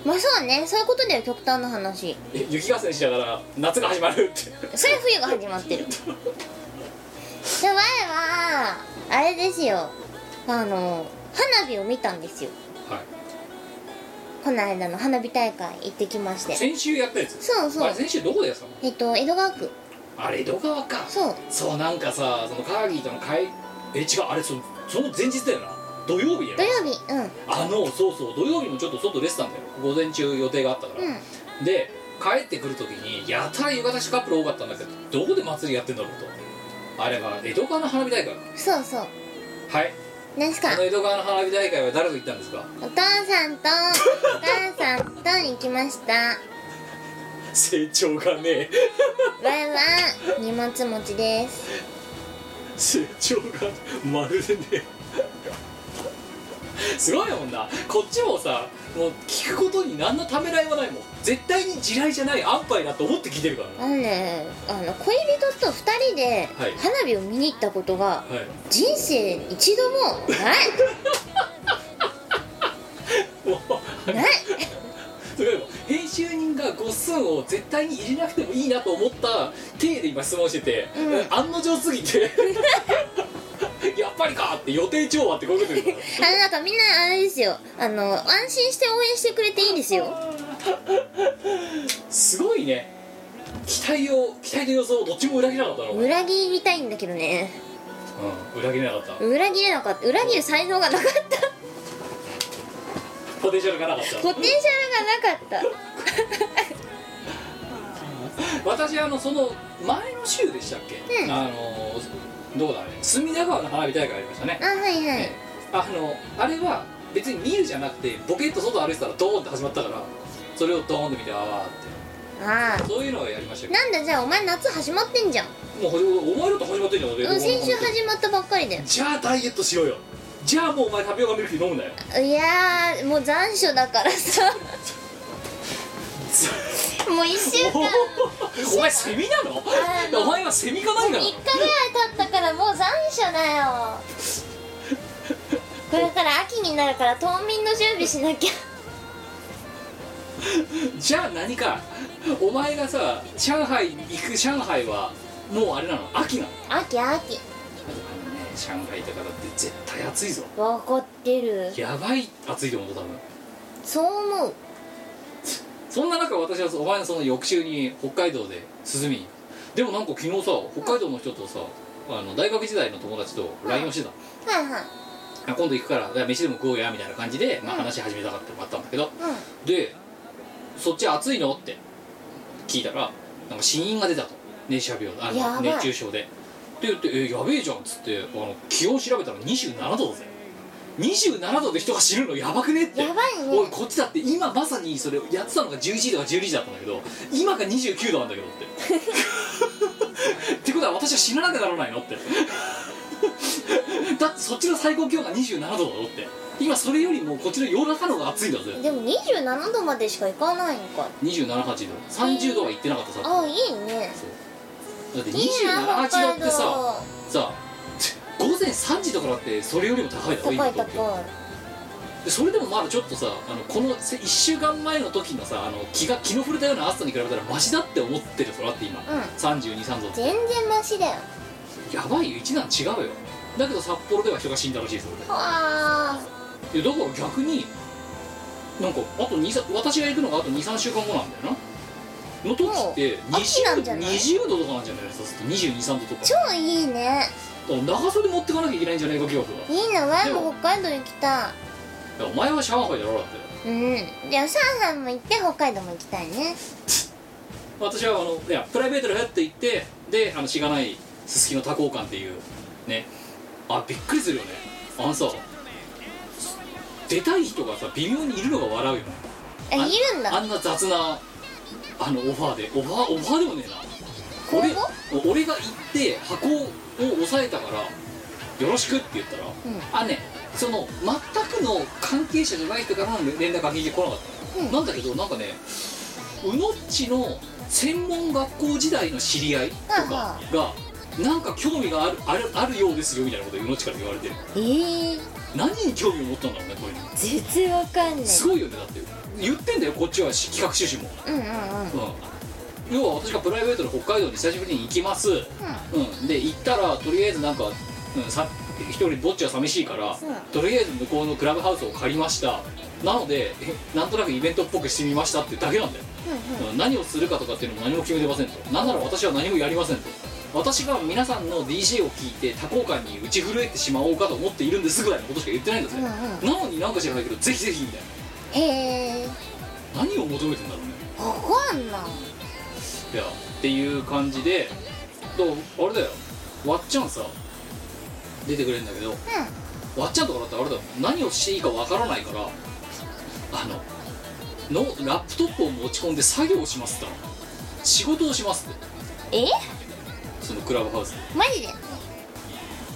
[SPEAKER 3] まあそうねそういうことだよ極端な話
[SPEAKER 2] え雪合戦しながら夏が始まるって
[SPEAKER 3] それ冬が始まってるで前はあれですよあの花火を見たんですよ
[SPEAKER 2] はい
[SPEAKER 3] この間の花火大会行ってきまして
[SPEAKER 2] 先週やったやつ
[SPEAKER 3] そうそ
[SPEAKER 2] あ
[SPEAKER 3] う
[SPEAKER 2] れ先週どこでやったの
[SPEAKER 3] えっと江戸川区
[SPEAKER 2] あれ江戸川か
[SPEAKER 3] そう
[SPEAKER 2] そうなんかさそのカーギーとの会え違うあれそその前日だよな土曜日だよ
[SPEAKER 3] 土曜
[SPEAKER 2] な
[SPEAKER 3] 日うん
[SPEAKER 2] あのそうそう土曜日もちょっと外出てたんだよ午前中予定があったから、
[SPEAKER 3] うん
[SPEAKER 2] で帰ってくる時にやたら浴衣しカップル多かったんだけどどこで祭りやってんだろうとあれは江戸川の花火大会か
[SPEAKER 3] そうそう
[SPEAKER 2] はい
[SPEAKER 3] 何すか
[SPEAKER 2] この江戸川の花火大会は誰と行ったんですか
[SPEAKER 3] お父さんとお母さんと行きました
[SPEAKER 2] 成長がねえ
[SPEAKER 3] わいは荷物持ちです
[SPEAKER 2] 成長がまるでねえすごいもんなこっちもさもう聞くことに何のためらいもないもん絶対に地雷じゃない安牌だと思って聞いてるからね
[SPEAKER 3] あのねあの恋人と2人で
[SPEAKER 2] はい
[SPEAKER 3] 花火を見に行ったことが
[SPEAKER 2] はい
[SPEAKER 3] 人生一度もない
[SPEAKER 2] もう
[SPEAKER 3] ない
[SPEAKER 2] 例えば編集人がごっすんを絶対に入れなくてもいいなと思った体で今質問してて、
[SPEAKER 3] うん
[SPEAKER 2] 案の定すぎ てやっぱりかって予定調和ってこういうこと言うか
[SPEAKER 3] あのなんかみんなあれですよあの安心して応援してくれていいんですよ
[SPEAKER 2] らすごいね期待を期待と予想をどっちも裏切らなかったの、うん、
[SPEAKER 3] 裏切りたいんだけどね
[SPEAKER 2] 裏切れなかった
[SPEAKER 3] 裏切れなかった裏切る才能がなかった
[SPEAKER 2] ポテンシャルがなかった
[SPEAKER 3] ポテンシャルがなかっ
[SPEAKER 2] 私あのその前の週でしたっけ、
[SPEAKER 3] うん
[SPEAKER 2] あのどうだあれ隅田川の花火大会ありましたね
[SPEAKER 3] たあはいはい
[SPEAKER 2] あのあれは別に見るじゃなくてボケっと外歩いてたらドーンって始まったからそれをドーンって見てあーっ
[SPEAKER 3] あ
[SPEAKER 2] てそういうのをやりました
[SPEAKER 3] あ
[SPEAKER 2] け
[SPEAKER 3] なんだじゃあお前夏始まってんじゃん
[SPEAKER 2] どもうお前だと始まってんじゃん俺
[SPEAKER 3] うん先週始まったばっかりだよ
[SPEAKER 2] じゃあダイエットしようよじゃあもうお前タピオカミルクティー飲む なよ
[SPEAKER 3] いやーもう残暑だから さもう1週間
[SPEAKER 2] お前セミなの
[SPEAKER 3] あの
[SPEAKER 2] お前はセミかなん
[SPEAKER 3] 3
[SPEAKER 2] かな
[SPEAKER 3] 日
[SPEAKER 2] の
[SPEAKER 3] ぐらい経ったからもう残暑だよこれから秋になるから冬眠の準備しなきゃ
[SPEAKER 2] じゃあ何かお前がさ上海行く上海はもうあれなの秋なの
[SPEAKER 3] 秋秋
[SPEAKER 2] あのね上海だからって絶対暑いぞ
[SPEAKER 3] 分かってる
[SPEAKER 2] やばい暑いと思う多分
[SPEAKER 3] そう思う
[SPEAKER 2] そんな中私はお前のその翌週に北海道で涼みにでもなんか昨日さ北海道の人とさあの大学時代の友達と LINE をしてたの
[SPEAKER 3] はいはい
[SPEAKER 2] あ今度行くからいや飯でも食おうやみたいな感じで、まあ、
[SPEAKER 3] うん
[SPEAKER 2] 話し始めたかったのもあったんだけど
[SPEAKER 3] うん
[SPEAKER 2] でそっち暑いのって聞いたらなんか死因が出たと熱射病あ
[SPEAKER 3] やば
[SPEAKER 2] の
[SPEAKER 3] い
[SPEAKER 2] 熱中症でって言って「えやべえじゃん」っつってあの気温調べたら27度だぜ27度で人が死ぬのやばくねって
[SPEAKER 3] やばいね
[SPEAKER 2] おいこっちだって今まさにそれやってたのが11時とか12時だったんだけど今が29度なんだけどって ってことは私は死ななきゃならないのってだってそっちの最高気温が27度だろって今それよりもこっちの夜中の方が暑いんだぜ
[SPEAKER 3] でも27度までしか行かないんかい
[SPEAKER 2] 278度30度は行ってなかったさ
[SPEAKER 3] ああいいね
[SPEAKER 2] そうだって
[SPEAKER 3] いいな北
[SPEAKER 2] 278
[SPEAKER 3] 海道
[SPEAKER 2] 度ってささ午前3時とかだってそれよりも高いだ
[SPEAKER 3] 高い
[SPEAKER 2] ろ東京
[SPEAKER 3] 高
[SPEAKER 2] でそれでもまだちょっとさあのこのせ1週間前の時のさあの気が気の触れたような暑さに比べたらマシだって思ってるそらって今、
[SPEAKER 3] ん
[SPEAKER 2] 323度って
[SPEAKER 3] 全然マシだよ
[SPEAKER 2] やばいよ一段違うよだけど札幌では人が死んだらしいですよ
[SPEAKER 3] あ
[SPEAKER 2] いやだから逆になんかあと2さ私が行くのがあと23週間後なんだよなの時って
[SPEAKER 3] もう秋なん
[SPEAKER 2] 20,
[SPEAKER 3] じゃない
[SPEAKER 2] 20度とかなんじゃないそうすると223度とか
[SPEAKER 3] 超いいね
[SPEAKER 2] だから長袖持ってかなきゃいけないんじゃないか疑惑が
[SPEAKER 3] いいな前も北海道行きた
[SPEAKER 2] いやお前は上海だろだって
[SPEAKER 3] いうんじゃあ上海も行って北海道も行きたいね
[SPEAKER 2] 私はあのいやプライベートでふって行ってであのしがないすすきの多幸館っていうねあびっくりするよねあのさ出たい人がさ微妙にいるのが笑うよね
[SPEAKER 3] あ
[SPEAKER 2] あ
[SPEAKER 3] いるん
[SPEAKER 2] あ
[SPEAKER 3] だ
[SPEAKER 2] んな雑なあのオファーでオファーオファーでもねえな
[SPEAKER 3] 公
[SPEAKER 2] 俺俺が行って箱を押さえたからよろしくって言ったら、あねその全くの関係者じゃない人からの連絡が聞いてこなかった、
[SPEAKER 3] うん
[SPEAKER 2] なんだけどなんかねうのっちの専門学校時代の知り合いとかが、なんか興味があるあるあるようですよみたいなことをうのっちから言われて
[SPEAKER 3] えー、
[SPEAKER 2] 何に興味を持ったんだろうねこういうの
[SPEAKER 3] 全然わかんない
[SPEAKER 2] すごいよねだって言ってんだよこっちはし企画趣旨
[SPEAKER 3] う
[SPEAKER 2] も
[SPEAKER 3] んうんうん
[SPEAKER 2] うん、要は私がプライベートで北海道に久しぶりに行きます、うん、で行ったらとりあえずなんか、うん、さ一人ぼっちは寂しいからとりあえず向こうのクラブハウスを借りましたなのでえなんとなくイベントっぽくしてみましたってだけなんだよ、うん何をするかとかっていうのも何も決めてませんとなんなら私は何もやりませんと私が皆さんの DJ を聞いて多幸感に打ち震えてしまおうかと思っているんですぐらいのことしか言ってないんですよ、なのになんか知らないけどぜひぜひみたい
[SPEAKER 3] へえ
[SPEAKER 2] な何を求めてんだろうね
[SPEAKER 3] わかんない
[SPEAKER 2] いやっていう感じでとあれだよわっちゃんさ出てくれるんだけどわっちゃんとかだってあれだよ何をしていいかわからないからあののラップトップを持ち込んで作業をしますって言ったの仕事をしますって
[SPEAKER 3] え
[SPEAKER 2] そのクラブハウスで
[SPEAKER 3] マジで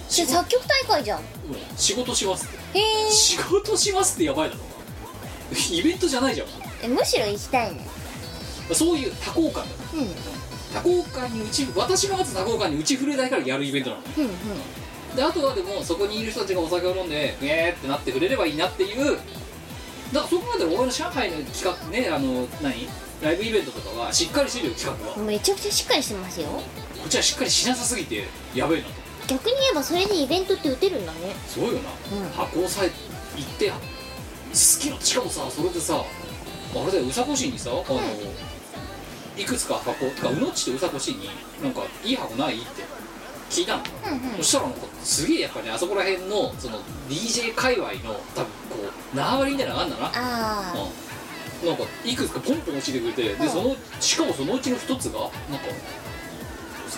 [SPEAKER 3] じゃあ作曲大会じゃんへ
[SPEAKER 2] うん仕事しますって
[SPEAKER 3] え
[SPEAKER 2] 仕事しますってやばいだろイベントじゃないじゃん
[SPEAKER 3] えむしろ行きたいね
[SPEAKER 2] そういう多幸感だよ
[SPEAKER 3] うんうん
[SPEAKER 2] 多幸感に打ち私がまず多幸感に打ち震えないからやるイベントなの
[SPEAKER 3] うん
[SPEAKER 2] であとはでもそこにいる人たちがお酒を飲んでえーってなってくれればいいなっていうだからそこまで俺の上海の企画ねあの何ライブイベントとかはしっかりしてるよ企画はこ
[SPEAKER 3] めちゃくちゃしっかりしてますよ
[SPEAKER 2] っちはしっかりしなさすぎてやべえなと
[SPEAKER 3] 逆に言えばそれでイベントって打てるんだね
[SPEAKER 2] すごいよな、
[SPEAKER 3] うん
[SPEAKER 2] 箱をさえ行って好きなしかもさそれでさあれだようさこ市にさあの、いくつか箱てかうのっちとうさこ市になんかいい箱ないって聞いたの
[SPEAKER 3] うんうん
[SPEAKER 2] そしたらなんかすげえやっぱねあそこら辺のその DJ 界隈の多分こう縄張りみたいなのがあんだな、
[SPEAKER 3] ああ
[SPEAKER 2] うんなんかいくつかポンポン落ちてくれて、
[SPEAKER 3] う
[SPEAKER 2] で
[SPEAKER 3] ん
[SPEAKER 2] そのしかもそのうちの一つがなんか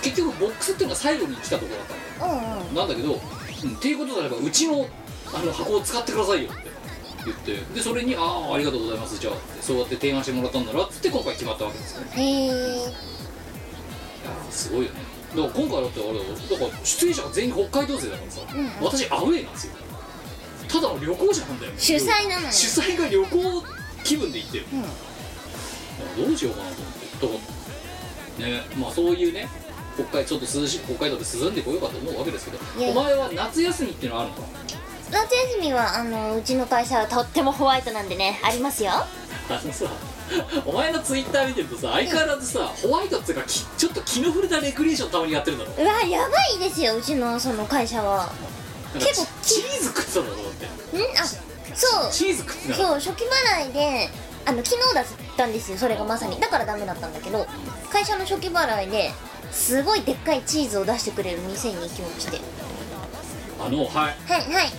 [SPEAKER 2] 結局ボックスっていうのは最後に来たところだったんだよ
[SPEAKER 3] うんうん
[SPEAKER 2] なんだけど、うん、っていうことであればうちのあの箱を使ってくださいよって言ってでそれに「ああありがとうございますじゃあ」ってそうやって提案してもらったんだなっつって今回決まったわけですよね
[SPEAKER 3] へえ
[SPEAKER 2] いやーすごいよねだから今回だってあれだよだから出演者が全員北海道勢だからさ、
[SPEAKER 3] ん
[SPEAKER 2] 私アウェーなんですよただの旅行者なんだよ
[SPEAKER 3] 主催なのよ
[SPEAKER 2] 主催が旅行気分で行ってる、
[SPEAKER 3] うん
[SPEAKER 2] どうしようかなと思ってだからねまあそういうね北海ちょっと涼しい北海道で涼んでこようかと思うわけですけ
[SPEAKER 3] い
[SPEAKER 2] ど
[SPEAKER 3] や
[SPEAKER 2] お前は夏休みっていうのはあるのか
[SPEAKER 3] 夏休みはあのうちの会社はとってもホワイトなんでねありますよ
[SPEAKER 2] あのさお前のツイッター見てるとさ相変わらずさホワイトっつうかきちょっと気の触れたレクリエーションたまにやってるんだろ
[SPEAKER 3] うわやばいですようちのその会社は
[SPEAKER 2] なんか
[SPEAKER 3] 結構
[SPEAKER 2] チチーズ食ってたんだろだって
[SPEAKER 3] んあそう
[SPEAKER 2] チーズ食ってなかった
[SPEAKER 3] そう初期払いであの昨日だったんですよそれがまさにだからダメだったんだけど会社の初期払いですごいでっかいチーズを出してくれる店に行きまして
[SPEAKER 2] あのはい
[SPEAKER 3] はいはい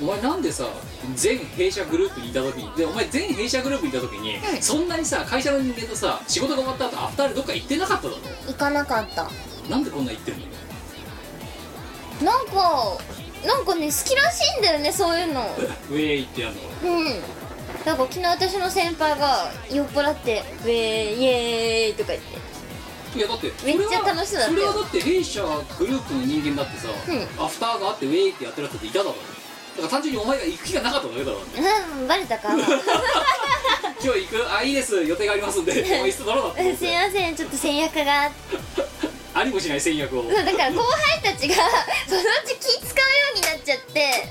[SPEAKER 2] お前なんでさ全弊社グループにいた時にでお前全弊社グループにいた時に、
[SPEAKER 3] うん
[SPEAKER 2] そんなにさ会社の人間とさ仕事が終わった後アフターでどっか行ってなかっただろ
[SPEAKER 3] 行かなかった
[SPEAKER 2] なんでこんな行 ってんの
[SPEAKER 3] なんかなんかね好きらしいんだよねそういうの
[SPEAKER 2] ウェーイってやるの
[SPEAKER 3] うんなんか昨日私の先輩が酔っ払って「ウェーイイエーイ!」とか言って
[SPEAKER 2] いやだって
[SPEAKER 3] めっちゃ楽しそうだったよ
[SPEAKER 2] それはだって弊社グループの人間だってさ、
[SPEAKER 3] う
[SPEAKER 2] アフターがあってウェーイってやってる人っていただろだから単純にお前が行く気がなかっただ けだろ
[SPEAKER 3] うんバレ たか
[SPEAKER 2] 今日行くあいいです予定がありますんでもう一緒だろうだっ
[SPEAKER 3] す
[SPEAKER 2] て
[SPEAKER 3] いませんちょっと戦略があって
[SPEAKER 2] ありもしない 戦略を
[SPEAKER 3] そうだから後 輩たちがそのうち気使うようになっちゃって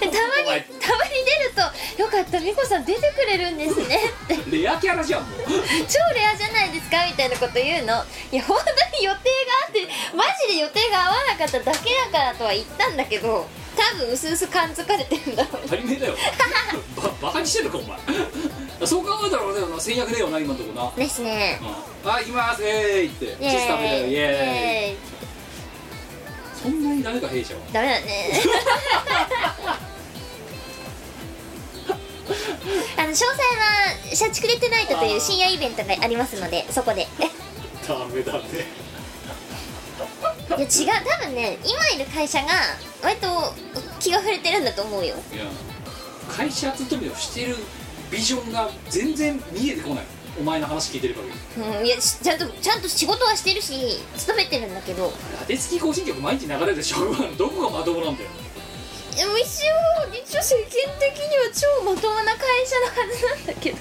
[SPEAKER 3] たまに
[SPEAKER 2] お
[SPEAKER 3] たま
[SPEAKER 2] 前
[SPEAKER 3] に出ると「よかった美子さん出てくれるんですね」って「
[SPEAKER 2] レアキャラじゃんもう
[SPEAKER 3] 超レアじゃないですか」みたいなこと言うのいや本当に予定があってマジで予定が合わなかっただけだからとは言ったんだけど多分うすうす感づかれてるんだろうね
[SPEAKER 2] 当たり前だよ ババカにしてるかお 前そう考えたら俺だよな戦略ねえよな今のとこな、うん
[SPEAKER 3] ですね
[SPEAKER 2] あ行きますえーいってチェス食べたよイエーイ
[SPEAKER 3] イエーイ
[SPEAKER 2] そんなにダメか弊社は
[SPEAKER 3] ダメだ ねあの詳細は「社畜でてないと」という深夜イベントがありますのでそこでい
[SPEAKER 2] ダメだね
[SPEAKER 3] や違う多分ね今いる会社が割と気が触れてるんだと思うよ
[SPEAKER 2] いや会社勤めをしてるビジョンが全然見えてこないお前の話聞いてる限り
[SPEAKER 3] うんいやしちゃんとちゃんと仕事はしてるし勤めてるんだけど
[SPEAKER 2] ラテ付き更新曲毎日流れるでしょ どこがまともなんだよ
[SPEAKER 3] でも一応一応世間的には超まともな会社のはずなんだけど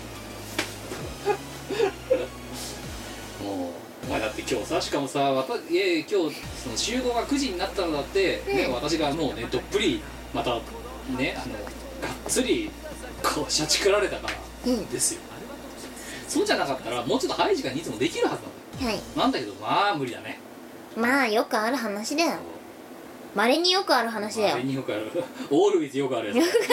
[SPEAKER 2] もうお前だって今日さしかもさわたいやいや今日その集合が9時になったのだって、ね
[SPEAKER 3] うん
[SPEAKER 2] 私がもうねどっぷりまたねあのがっつりこう社畜られたから
[SPEAKER 3] うん
[SPEAKER 2] ですよ、そうじゃなかったらもうちょっとハイジがいつもできるはずなんだよ
[SPEAKER 3] はい
[SPEAKER 2] なんだけどまあ無理だね
[SPEAKER 3] まあよくある話だよまれによくある話だ
[SPEAKER 2] あ
[SPEAKER 3] よ
[SPEAKER 2] れによくある オールウィズよくある やつ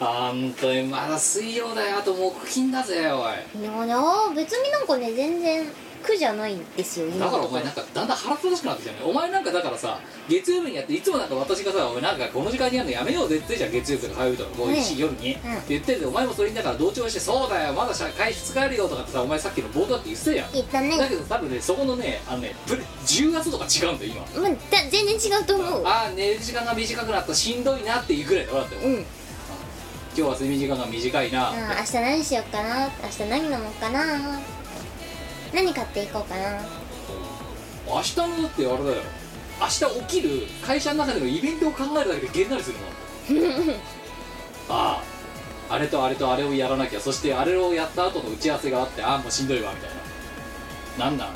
[SPEAKER 2] あんとにまだ水曜だよあと木金だぜおい
[SPEAKER 3] いやあ別になんかね全然苦じゃないんですよ今
[SPEAKER 2] だ
[SPEAKER 3] の
[SPEAKER 2] から
[SPEAKER 3] とこ
[SPEAKER 2] お前
[SPEAKER 3] ろ
[SPEAKER 2] なんかだんだん腹立たしくなってきたねお前なんかだからさ月曜日にやっていつもなんか私がさ「お前なんかこの時間にやるのやめようぜ」って言ってたじゃん月曜日とか火曜日とかもういいし、
[SPEAKER 3] うん
[SPEAKER 2] 夜に、って言っててお前もそれにだから同調して「そうだよまだ社会室帰るよ」とかってさお前さっきの冒頭だって言ってたやん
[SPEAKER 3] 言った
[SPEAKER 2] だ
[SPEAKER 3] ね
[SPEAKER 2] けど多分ねそこのねあのねぶれ10月とか違うんだよ今
[SPEAKER 3] まあだ全然違うと思う
[SPEAKER 2] ああ寝る時間が短くなったしんどいなっていうぐらいだよだって、
[SPEAKER 3] う
[SPEAKER 2] 今
[SPEAKER 3] ん、うん、
[SPEAKER 2] 日は睡眠時間が短いな、
[SPEAKER 3] 明日何しようかな明日何飲もうかな何買っていこうかな
[SPEAKER 2] 明日のだってあれだよ明日起きる会社の中でのイベントを考えるだけでげんなりするのあああれとあれとあれをやらなきゃそしてあれをやった後の打ち合わせがあってああもうしんどいわみたいななんなん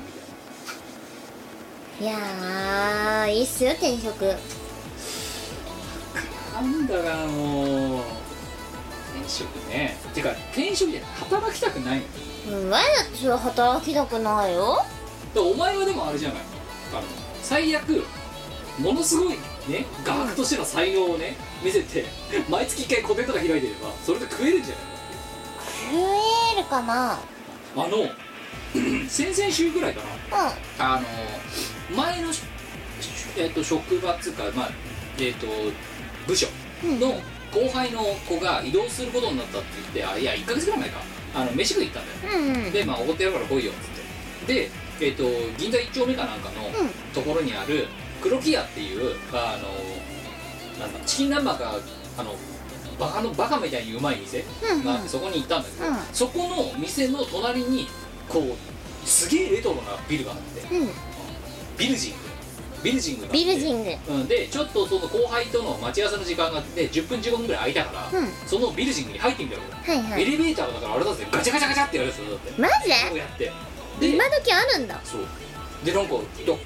[SPEAKER 2] みたい
[SPEAKER 3] いやーいいっすよ転職
[SPEAKER 2] ななんだかもう転職ねてか転職じゃない働きたくないのだか
[SPEAKER 3] うんわだっては働きたくないよ
[SPEAKER 2] らお前はでもあれじゃないあの最悪ものすごいね画伯としての才能をね見せて毎月1回個展とか開いてればそれで食えるんじゃない
[SPEAKER 3] 食えるかな
[SPEAKER 2] あの 先々週ぐらいか
[SPEAKER 3] う
[SPEAKER 2] なあの前のし、えっと職場っつうかまあえっ、と部署
[SPEAKER 3] うん
[SPEAKER 2] の後輩の子が移動することになったって言ってあいや1ヶ月ぐらい前かあの飯食い行ったんだよ
[SPEAKER 3] んうんうん
[SPEAKER 2] でまあおごってやるから来いよっつってでえっ、と銀座1丁目かなんかの
[SPEAKER 3] うん
[SPEAKER 2] ところにある黒木屋っていうあのなんだチキン南蛮があのバカのバカみたいにうまい店
[SPEAKER 3] うん
[SPEAKER 2] があってそこに行ったんだけど、
[SPEAKER 3] うん
[SPEAKER 2] そこの店の隣にこうすげえレトロなビルがあって
[SPEAKER 3] うん
[SPEAKER 2] ビルジングビルジングがあって
[SPEAKER 3] ビルジング
[SPEAKER 2] うん、でちょっとその後輩との待ち合わせの時間があって10分15分ぐらい空いたから、
[SPEAKER 3] うん
[SPEAKER 2] そのビルジングに入ってみたよ、
[SPEAKER 3] はいは
[SPEAKER 2] エ
[SPEAKER 3] い
[SPEAKER 2] レベーターがだからあれだぜガチャガチャガチャってやるやつだって
[SPEAKER 3] マ
[SPEAKER 2] こう
[SPEAKER 3] ジ
[SPEAKER 2] やってで
[SPEAKER 3] 今時あるんだは
[SPEAKER 2] そうでなんか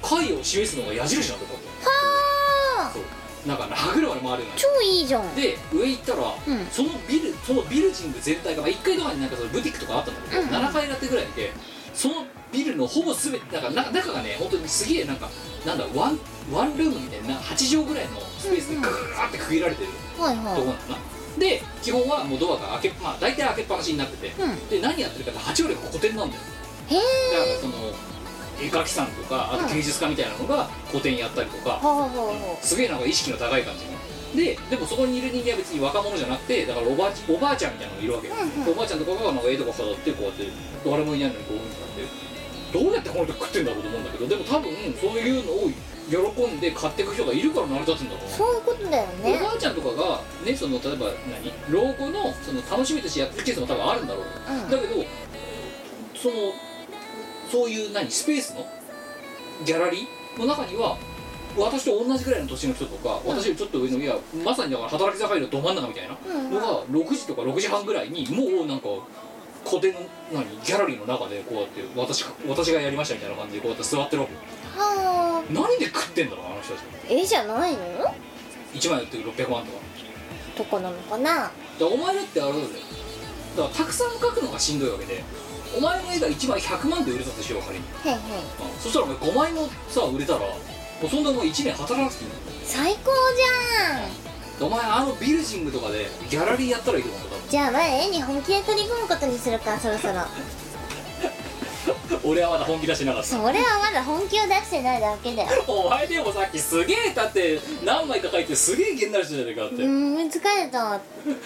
[SPEAKER 2] 回を示すのが矢印なんだと思って
[SPEAKER 3] あ
[SPEAKER 2] そうなんか歯車に回るようになって
[SPEAKER 3] 超いいじゃん
[SPEAKER 2] で上行ったら、
[SPEAKER 3] うん
[SPEAKER 2] そのビルそのビルジング全体が、まあ、1階とかになんかそのブティックとかあったんだけど、
[SPEAKER 3] うんうん
[SPEAKER 2] 7階建てぐらいでそのビルのほぼ全てなんかな中がね本当にすげえなんかなんだワンワンルームみたいな8畳ぐらいのスペースで
[SPEAKER 3] うんうん
[SPEAKER 2] ガーって区切られてる
[SPEAKER 3] はい
[SPEAKER 2] とこなの
[SPEAKER 3] は
[SPEAKER 2] かな、で基本はもうドアが開けまあ大体開けっぱなしになってて、
[SPEAKER 3] うん
[SPEAKER 2] で何やってるかって8割が古典なんだよ
[SPEAKER 3] いへえ
[SPEAKER 2] だからその絵描きさんとかあと芸術家みたいなのが古典やったりとか、
[SPEAKER 3] ほうほうほ
[SPEAKER 2] すげえなんか意識の高い感じのででもそこにいる人間は別に若者じゃなくてだからおばあちおばあちゃんみたいなのがいるわけよ、
[SPEAKER 3] うんうん
[SPEAKER 2] おばあちゃんとかがなんか絵とか飾ってこうやって誰もいないのにこういうふうになってどうやってこの人食ってんだろうと思うんだけどでも多分そういうのを喜んで買っていく人がいるから成り立つんだろ
[SPEAKER 3] う
[SPEAKER 2] うな
[SPEAKER 3] そういうことだよね
[SPEAKER 2] おばあちゃんとかがねその例えば何老後のその楽しみとしてやってるケースも多分あるんだろうよ
[SPEAKER 3] うん
[SPEAKER 2] だけどそのそういう何スペースのギャラリーの中には私と同じぐらいの年の人とか、私よりちょっと上のいやまさにだから働き盛りのど真ん中みたいな
[SPEAKER 3] うん
[SPEAKER 2] のが6時とか6時半ぐらいにもうなんか古典の何ギャラリーの中でこうやって私私がやりましたみたいな感じでこうやって座ってるわけ
[SPEAKER 3] はあ
[SPEAKER 2] 何で食ってんだろうあの人たち
[SPEAKER 3] 絵じゃないの
[SPEAKER 2] 1枚の時600万とか
[SPEAKER 3] とこなのかな
[SPEAKER 2] だからお前だってあれだぜだからたくさん描くのがしんどいわけでお前の絵が1枚100万で売れたとしよう仮に、
[SPEAKER 3] へいへい
[SPEAKER 2] うんそしたらお前5枚もさ売れたらもうそんなもう1年働かなくていいんだよ
[SPEAKER 3] 最高じゃん
[SPEAKER 2] お前あのビルジングとかでギャラリーやったらいいと思うんだ
[SPEAKER 3] じゃあ前絵に本気で取り組むことにするかそろそろ
[SPEAKER 2] 多分 俺はまだ本気出してなかった
[SPEAKER 3] それはまだ本気を出してないだけだよ
[SPEAKER 2] お前でもさっきすげえだって何枚か書いてすげえ気になる人じゃねえかっ
[SPEAKER 3] う
[SPEAKER 2] て、
[SPEAKER 3] ーん疲れた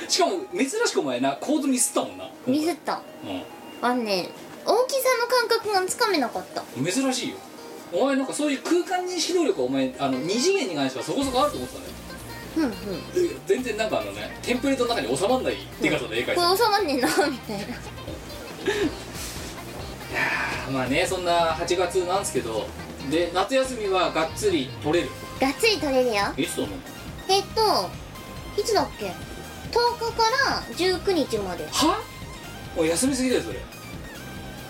[SPEAKER 2] しかも珍しくお前なコードミスったもんな
[SPEAKER 3] ミス
[SPEAKER 2] う
[SPEAKER 3] った
[SPEAKER 2] ん
[SPEAKER 3] あのね大きさの感覚がつかめなかった
[SPEAKER 2] 珍しいよお前なんかそういう空間認識能力はお前あの二次元に関してはそこそこあると思ってたね
[SPEAKER 3] ふんふん
[SPEAKER 2] で全然なんかあのねテンプレートの中に収まんないデカさで絵描いてる
[SPEAKER 3] これ収まんねえなみたいな
[SPEAKER 2] まあねそんな8月なんですけどで夏休みはがっつり取れる
[SPEAKER 3] がっつり取れるよ
[SPEAKER 2] いつと思う
[SPEAKER 3] えっといつだっけ10日から19日まで
[SPEAKER 2] はおい休みすぎだよそれ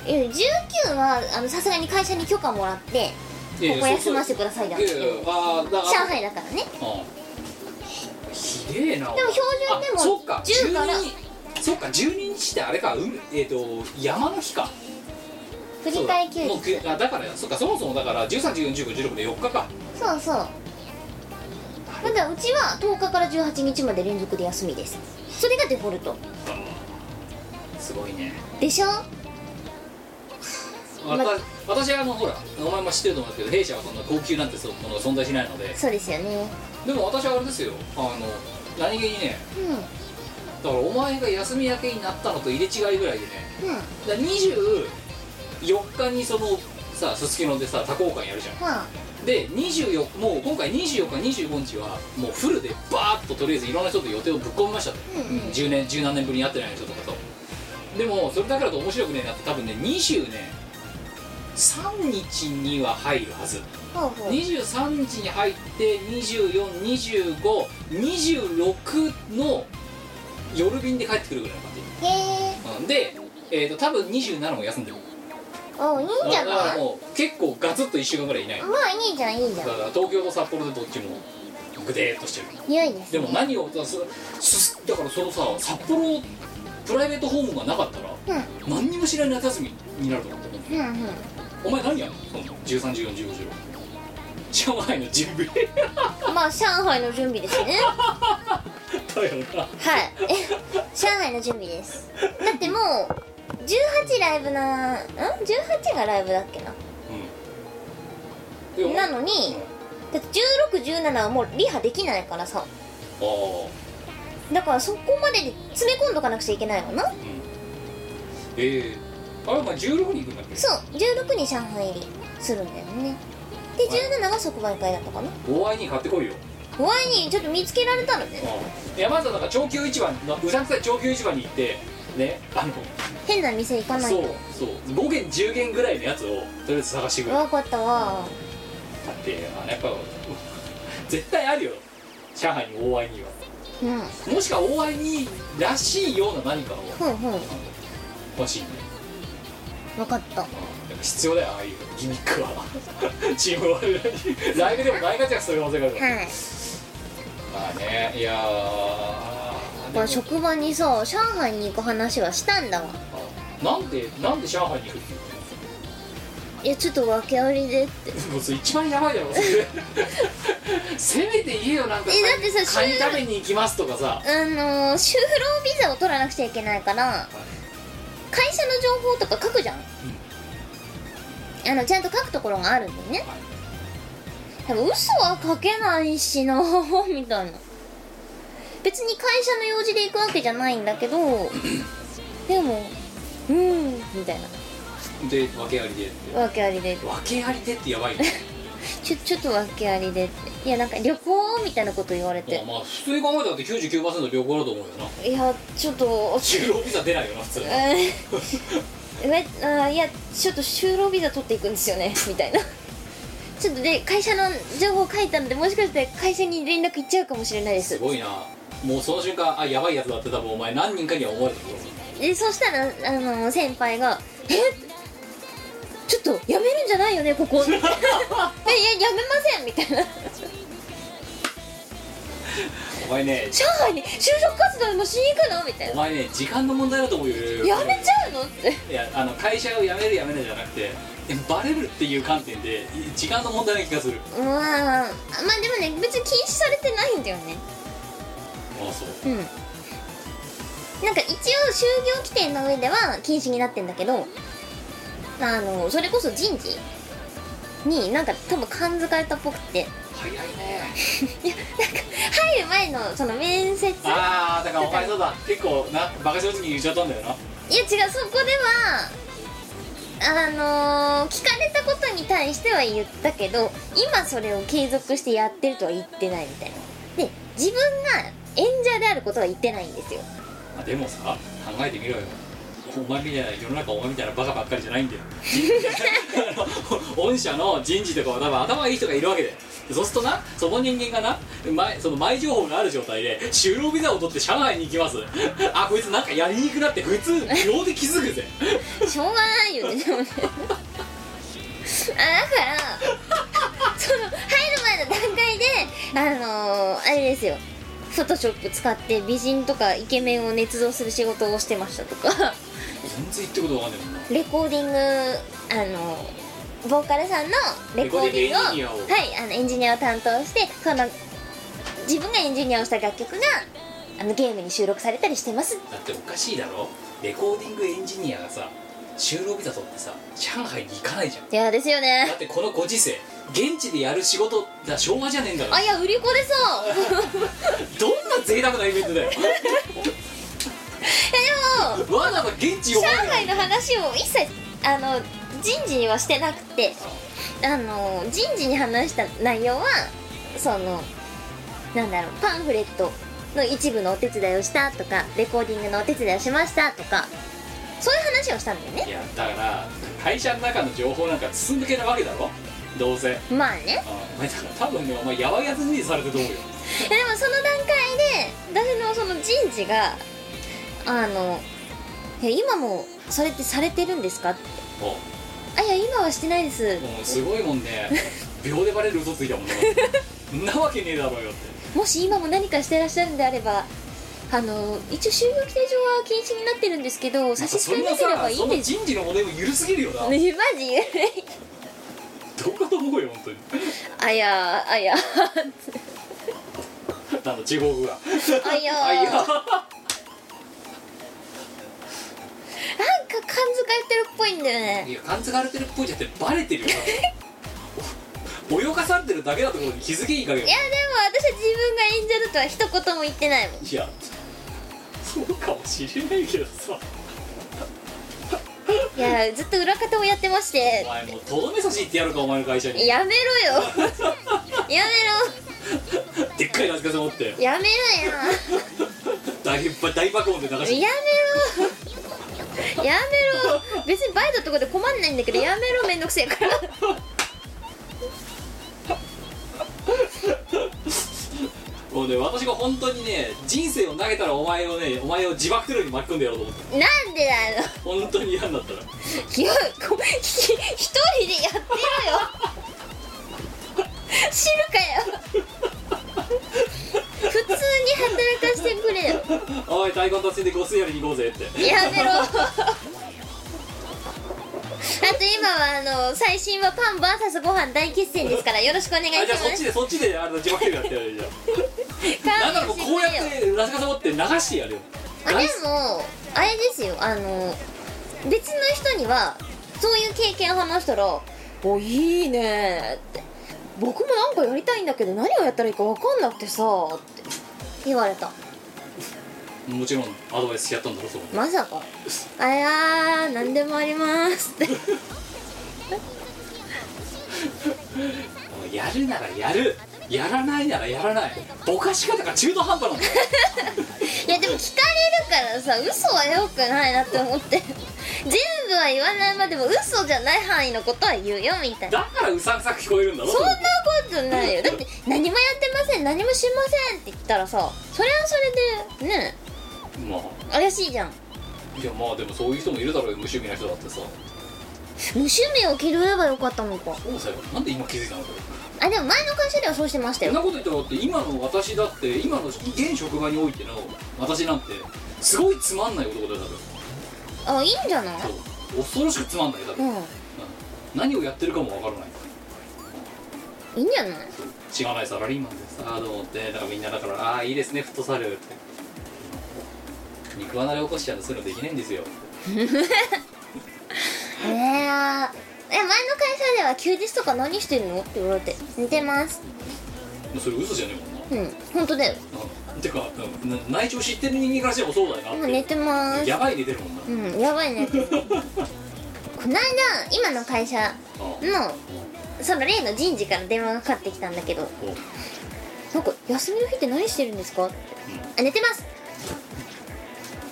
[SPEAKER 3] え19はあのさすがに会社に許可もらって
[SPEAKER 2] いや
[SPEAKER 3] ここ
[SPEAKER 2] いや
[SPEAKER 3] 休ませてくださいだ
[SPEAKER 2] いやいやあーだから
[SPEAKER 3] 上海だからね
[SPEAKER 2] うんひでえなお前
[SPEAKER 3] でも標準でも
[SPEAKER 2] あそっか
[SPEAKER 3] 10から
[SPEAKER 2] 12そっか12日ってあれか海えっ、と山の日か
[SPEAKER 3] 振り替え休日
[SPEAKER 2] そうだもうくあだからそっかそもそもだから13141516で4日か
[SPEAKER 3] そうそうまだうちは10日から18日まで連続で休みですそれがデフォルト
[SPEAKER 2] すごいね
[SPEAKER 3] でしょ
[SPEAKER 2] わた私はあのほらお前も知ってると思うんですけど弊社はそんな高級なんてそうものが存在しないので
[SPEAKER 3] そうですよね
[SPEAKER 2] でも私はあれですよあの何気にね
[SPEAKER 3] う
[SPEAKER 2] だからお前が休み明けになったのと入れ違いぐらいで
[SPEAKER 3] ん
[SPEAKER 2] ね
[SPEAKER 3] うん
[SPEAKER 2] だから24日にそのさすすきのでさ多幸感やるじゃん
[SPEAKER 3] まあ
[SPEAKER 2] で24もう今回24日25日はもうフルでバーッととりあえずいろんな人と予定をぶっ込みましたと、
[SPEAKER 3] うんうん
[SPEAKER 2] 10年十何年ぶりに会ってない人とかとでもそれだからと面白くねえなって多分ね20ね3日には入るはず
[SPEAKER 3] ほうほう
[SPEAKER 2] 23日に入って242526の夜便で帰ってくるぐらいの感じ
[SPEAKER 3] へえ
[SPEAKER 2] うんで、えー、と多分27も休んでる
[SPEAKER 3] おいいんじゃ
[SPEAKER 2] だか
[SPEAKER 3] な
[SPEAKER 2] ら
[SPEAKER 3] い
[SPEAKER 2] もう結構ガツッと1週間ぐらいいない
[SPEAKER 3] まあいいじゃんいいじゃ
[SPEAKER 2] だ
[SPEAKER 3] ん
[SPEAKER 2] から東京と札幌でどっちもグデーっとしてる
[SPEAKER 3] 良いです
[SPEAKER 2] で
[SPEAKER 3] ね
[SPEAKER 2] も何をだすすだからそのさ札幌プライベートホームがなかったら
[SPEAKER 3] うん
[SPEAKER 2] 何にも知らない夏休みになると思って
[SPEAKER 3] うんうん
[SPEAKER 2] お前何やんのその13141516上海の準備
[SPEAKER 3] まあ上海の準備ですねは
[SPEAKER 2] だよない
[SPEAKER 3] 上海の準備ですだってもう18ライブなん18がライブだっけな
[SPEAKER 2] うんでも
[SPEAKER 3] なのにだって1617はもうリハできないからさ
[SPEAKER 2] ああ
[SPEAKER 3] だからそこまでで詰め込んどかなくちゃいけないわな
[SPEAKER 2] うんええあれお前16に行くんだっけ
[SPEAKER 3] そう16に上海入りするんだよねで17が即売会だったかな
[SPEAKER 2] お会いに買ってこいよ
[SPEAKER 3] 怖いにちょっと見つけられたのね
[SPEAKER 2] 山田なんか長級市場のうさんくさい長級市場に行ってねあの
[SPEAKER 3] 変な店行かない
[SPEAKER 2] そう
[SPEAKER 3] と
[SPEAKER 2] そう5軒10軒ぐらいのやつをとりあえず探してくれだ
[SPEAKER 3] わかったわ
[SPEAKER 2] ってあのやっぱ 絶対あるよ上海に大いには
[SPEAKER 3] うん
[SPEAKER 2] もしくは大いにらしいような何かを
[SPEAKER 3] ふんふん
[SPEAKER 2] 欲しいね
[SPEAKER 3] わかった
[SPEAKER 2] やっぱ必要だよああいうギミックはチームワールドライブでも大活躍する可能性があるから
[SPEAKER 3] はい
[SPEAKER 2] まあねいやー
[SPEAKER 3] こ
[SPEAKER 2] でも
[SPEAKER 3] れ職場にさ上海に行く話はしたんだわ
[SPEAKER 2] あなんでなんで上海に行くって言って
[SPEAKER 3] いやちょっと訳ありでって
[SPEAKER 2] もうそれ一番やばいだろそれせめて言えよなんか
[SPEAKER 3] えだってさ
[SPEAKER 2] カニ食べに行きますとかさ
[SPEAKER 3] あのー就労ビザを取らなくちゃいけないから会社の情報とか書くじゃん、あのちゃんと書くところがあるんだよね、でも嘘は書けないしなみたいな別に会社の用事で行くわけじゃないんだ けどでもうんみたい
[SPEAKER 2] で訳ありでって
[SPEAKER 3] な訳ありで
[SPEAKER 2] 訳ありでってやばいね
[SPEAKER 3] ちょちょっと訳ありでっていやなんか旅行みたいなこと言われて
[SPEAKER 2] まあまあ普通に考えたらって99%旅行だと思うよない
[SPEAKER 3] やちょっと
[SPEAKER 2] 就労ビザ出ないよな普通
[SPEAKER 3] えーえあーいやちょっと就労ビザ取っていくんですよね みたいなちょっとで会社の情報書いたのでもしかして会社に連絡行っちゃうかもしれないですす
[SPEAKER 2] ごいなもうその瞬間あやばいやつだって多分お前何人かには思われてる
[SPEAKER 3] で
[SPEAKER 2] よ
[SPEAKER 3] そしたらあの先輩が「えちょっとやめるんじゃないよねこ こ」えいややめません」みたいな
[SPEAKER 2] お前ね
[SPEAKER 3] 上海に就職活動でもしに行くのみたい
[SPEAKER 2] お
[SPEAKER 3] な
[SPEAKER 2] 前ね時間の問題だと思うよ
[SPEAKER 3] やめちゃうのって
[SPEAKER 2] いやあの会社を辞める辞めないじゃなくてバレるっていう観点でい時間の問題な気がする
[SPEAKER 3] うわまあでもね別に禁止されてないんだよね
[SPEAKER 2] ああそう
[SPEAKER 3] うんなんか一応就業規定の上では禁止になってんだけどまああのそれこそ人事になんか多分感づかれたっぽくて
[SPEAKER 2] 早いね
[SPEAKER 3] いやなんか入る前のその面接いや
[SPEAKER 2] ああだからお前そうだ結構なバカ正直に言っちゃったんだよな
[SPEAKER 3] 違うそこではあのー聞かれたことに対しては言ったけど今それを継続してやってるとは言ってないみたいなで自分が演者であることは言ってないんですよ
[SPEAKER 2] まあでもさ考えてみろよお前みたいな世の中お前みたいなバカばっかりじゃないんだよ あの御社の人事とかは多分頭がいい人がいるわけでそうするとなその人間がな前その前情報がある状態で就労ビザを取って上海に行きます あこいつなんかやりにくくなって普通秒で気づくぜ
[SPEAKER 3] しょうがないよねでもねあだからその入る前の段階であのーあれですよフォトショップ使って美人とかイケメンを捏造する仕事をしてましたとか
[SPEAKER 2] 全然言ってることわかんないもんな
[SPEAKER 3] レコーディングあのボーカルさんのレコーディングを
[SPEAKER 2] レコーディングエンジニアを
[SPEAKER 3] はいあのエンジニアを担当してその自分がエンジニアをした楽曲があのゲームに収録されたりしてます
[SPEAKER 2] だっておかしいだろレコーディングエンジニアがさ就労ビザ取ってさ上海に行かないじゃん
[SPEAKER 3] いやですよ
[SPEAKER 2] だっ
[SPEAKER 3] ね
[SPEAKER 2] てこのご時世現地でやる仕事だ昭和じゃねえんだか ら
[SPEAKER 3] あいや売り子でそう
[SPEAKER 2] どんな贅沢なイベントだよ
[SPEAKER 3] いやでも
[SPEAKER 2] わざわざ現地呼
[SPEAKER 3] 上
[SPEAKER 2] ばれ
[SPEAKER 3] 海
[SPEAKER 2] る
[SPEAKER 3] の話を一切あの人事にはしてなくてあの人事に話した内容はそのなんだろうパンフレットの一部のお手伝いをしたとかレコーディングのお手伝いをしましたとかそういう話をしたんだよ
[SPEAKER 2] い
[SPEAKER 3] ね
[SPEAKER 2] やだから会社の中の情報なんか筒抜けなわけだろどうせあ
[SPEAKER 3] まあね
[SPEAKER 2] お前だから多分ねお前やばいやつにされてると思うよ
[SPEAKER 3] いやでもその段階で私のその人事があの「いや今もそれってされてるんですか?」って
[SPEAKER 2] も
[SPEAKER 3] 「あいや今はしてないです
[SPEAKER 2] うもうすごいもんね秒でバレる嘘ついたもんねんなわけねえだろうよって
[SPEAKER 3] もし今も何かしてらっしゃるんであればあの一応就業規定上は禁止になってるんですけど差し支
[SPEAKER 2] そ
[SPEAKER 3] え
[SPEAKER 2] んな
[SPEAKER 3] なけれ
[SPEAKER 2] さ
[SPEAKER 3] ばいい
[SPEAKER 2] そ
[SPEAKER 3] ん
[SPEAKER 2] の
[SPEAKER 3] です
[SPEAKER 2] 人事のモデル緩すぎるよなど
[SPEAKER 3] ね マジ
[SPEAKER 2] うかと思うよ本当に
[SPEAKER 3] あやあや
[SPEAKER 2] あの中国語が
[SPEAKER 3] あや
[SPEAKER 2] あいや
[SPEAKER 3] なんか感づかれてるっぽいんだよね
[SPEAKER 2] いや感づかれてるっぽいじゃなくてバレ てるよお 泳がされてるだけだところに気づけいいかげん
[SPEAKER 3] いやでも私は自分が演者だとは一言も言ってないもん
[SPEAKER 2] いやそうかもしれないけどさ
[SPEAKER 3] いやずっと裏方をやってまして
[SPEAKER 2] お前もうとどめさし行ってやるかお前の 会社に
[SPEAKER 3] やめろよや
[SPEAKER 2] でっかいラジカセ持って
[SPEAKER 3] めろやめろや
[SPEAKER 2] 大大爆音で流して
[SPEAKER 3] やめろやめろ別にバイトとかで困んないんだけどやめろめんどくせえから
[SPEAKER 2] もうね私が本当にね人生を投げたらお前をねお前を自爆テロに巻き込んでやろうと思って
[SPEAKER 3] なんでだよ
[SPEAKER 2] 本当に嫌になったら
[SPEAKER 3] いやこひ一人でやってろよ知るかよ普通に働かしてくれよ
[SPEAKER 2] おい太鼓達成でご水やりに行こうぜって
[SPEAKER 3] やめろあと今はあの最新はパン VS ご飯大決戦ですからよろしくお願いし
[SPEAKER 2] あじゃ
[SPEAKER 3] ま
[SPEAKER 2] あそっち
[SPEAKER 3] す
[SPEAKER 2] でそっちであの自爆テロやってや るよじゃあなん
[SPEAKER 3] 勘
[SPEAKER 2] だろう
[SPEAKER 3] 弁して
[SPEAKER 2] こう
[SPEAKER 3] く
[SPEAKER 2] や
[SPEAKER 3] れよ
[SPEAKER 2] ってラジカセ持って流してやるよ
[SPEAKER 3] あでもあれですよあの別の人にはそういう経験を話したら「おいいね」って「僕もなんかやりたいんだけど何をやったらいいか分かんなくてさ」って言われた
[SPEAKER 2] もちろんアドバイスやったんだろそう
[SPEAKER 3] まさか「あやー何でもあります」って
[SPEAKER 2] やるならやるやらないならやらないぼかし方が中途半端なんだよ
[SPEAKER 3] いやでも聞かれるからさ嘘はよくないなって思って全部は言わないまでも嘘じゃない範囲のことは言うよみたいな
[SPEAKER 2] だからうさんくさく聞こえるんだろ
[SPEAKER 3] そんなことないよだって何もやってません何もしませんって言ったらさそれはそれでね
[SPEAKER 2] ま
[SPEAKER 3] 怪しいじゃん
[SPEAKER 2] あいやまあでもそういう人もいるだろうよ無趣味な人だってさ
[SPEAKER 3] 無趣味を着ればよかったのか
[SPEAKER 2] そうさよなんで今気づいたのこ
[SPEAKER 3] あでも前の会社ではそうしてました
[SPEAKER 2] そんな
[SPEAKER 3] よ
[SPEAKER 2] こと言ったらだって今の私だって今の現職場においての私なんてすごいつまんない男だよ
[SPEAKER 3] あいいんじゃない
[SPEAKER 2] 多分そう恐ろしくつまんないよ多
[SPEAKER 3] う
[SPEAKER 2] 分、
[SPEAKER 3] ん
[SPEAKER 2] 何をやってるかもわからない
[SPEAKER 3] いいんじゃない
[SPEAKER 2] 知らないサラリーマンでさあどうもってだからみんなだからああーいいですねフットサルって肉離れ起こしちゃうとそういうのできないんですよ
[SPEAKER 3] えやえ前の会社では休日とか何してるのって言われて似てます
[SPEAKER 2] それ嘘じゃねえもんな
[SPEAKER 3] うん本当だよ
[SPEAKER 2] うんてか、うんな内情知ってる人間からしてもそうだよなって
[SPEAKER 3] 今寝てます
[SPEAKER 2] やばい寝てるもんな、
[SPEAKER 3] うんやばいねこの間今の会社
[SPEAKER 2] あ
[SPEAKER 3] のその例の人事から電話がかかってきたんだけど
[SPEAKER 2] お
[SPEAKER 3] なんか休みの日って何してるんですかってあ寝てます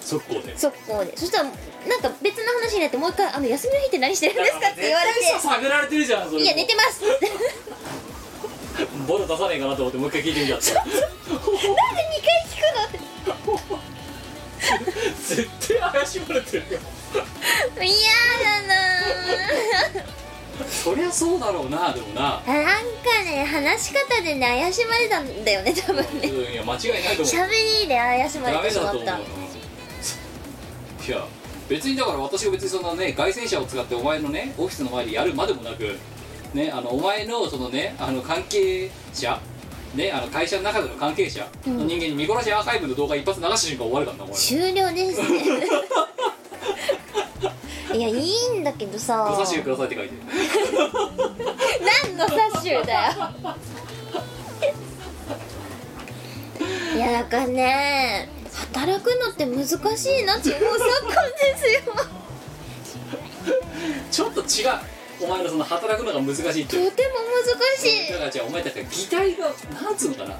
[SPEAKER 2] 速攻で
[SPEAKER 3] 速攻でそしたらなんか別の話になってもう一回「あの休みの日って何してるんですか?」って言われ
[SPEAKER 2] 絶対
[SPEAKER 3] て
[SPEAKER 2] さ探られてるじゃんそ
[SPEAKER 3] 「
[SPEAKER 2] れ
[SPEAKER 3] いや寝てます」なんで
[SPEAKER 2] ボロ出さねえかなと思ってもう一回聞いてみたって
[SPEAKER 3] 2回聞く のって
[SPEAKER 2] 絶対怪しまれてるよ
[SPEAKER 3] 嫌だなぁ
[SPEAKER 2] そりゃそうだろうなでもな
[SPEAKER 3] なんかね話し方でね怪しまれたんだよね多分
[SPEAKER 2] うん
[SPEAKER 3] ね
[SPEAKER 2] いや間違いないと思う
[SPEAKER 3] 喋りで怪しまれ
[SPEAKER 2] ダメ
[SPEAKER 3] てし
[SPEAKER 2] だ
[SPEAKER 3] ま
[SPEAKER 2] と
[SPEAKER 3] っ
[SPEAKER 2] 思う
[SPEAKER 3] た
[SPEAKER 2] いや別にだから私が別にそのね外線車を使ってお前のねオフィスの前でやるまでもなくねあのお前のそのねあの関係者ねあの会社の中での関係者の人間に見殺しアーカイブの動画一発流した瞬間終わるからなお前
[SPEAKER 3] 終了ですね いやいいんだけどさ
[SPEAKER 2] お差し入れくださいって書いてる
[SPEAKER 3] 何のサッシュだよいやだからね働くのって難しいなって思う昨今ですよ
[SPEAKER 2] ちょっと違うお前のその働くのが難しいって
[SPEAKER 3] とて
[SPEAKER 2] い
[SPEAKER 3] も
[SPEAKER 2] う
[SPEAKER 3] 難しい
[SPEAKER 2] だからじゃあお前だから擬態がなんつうのかな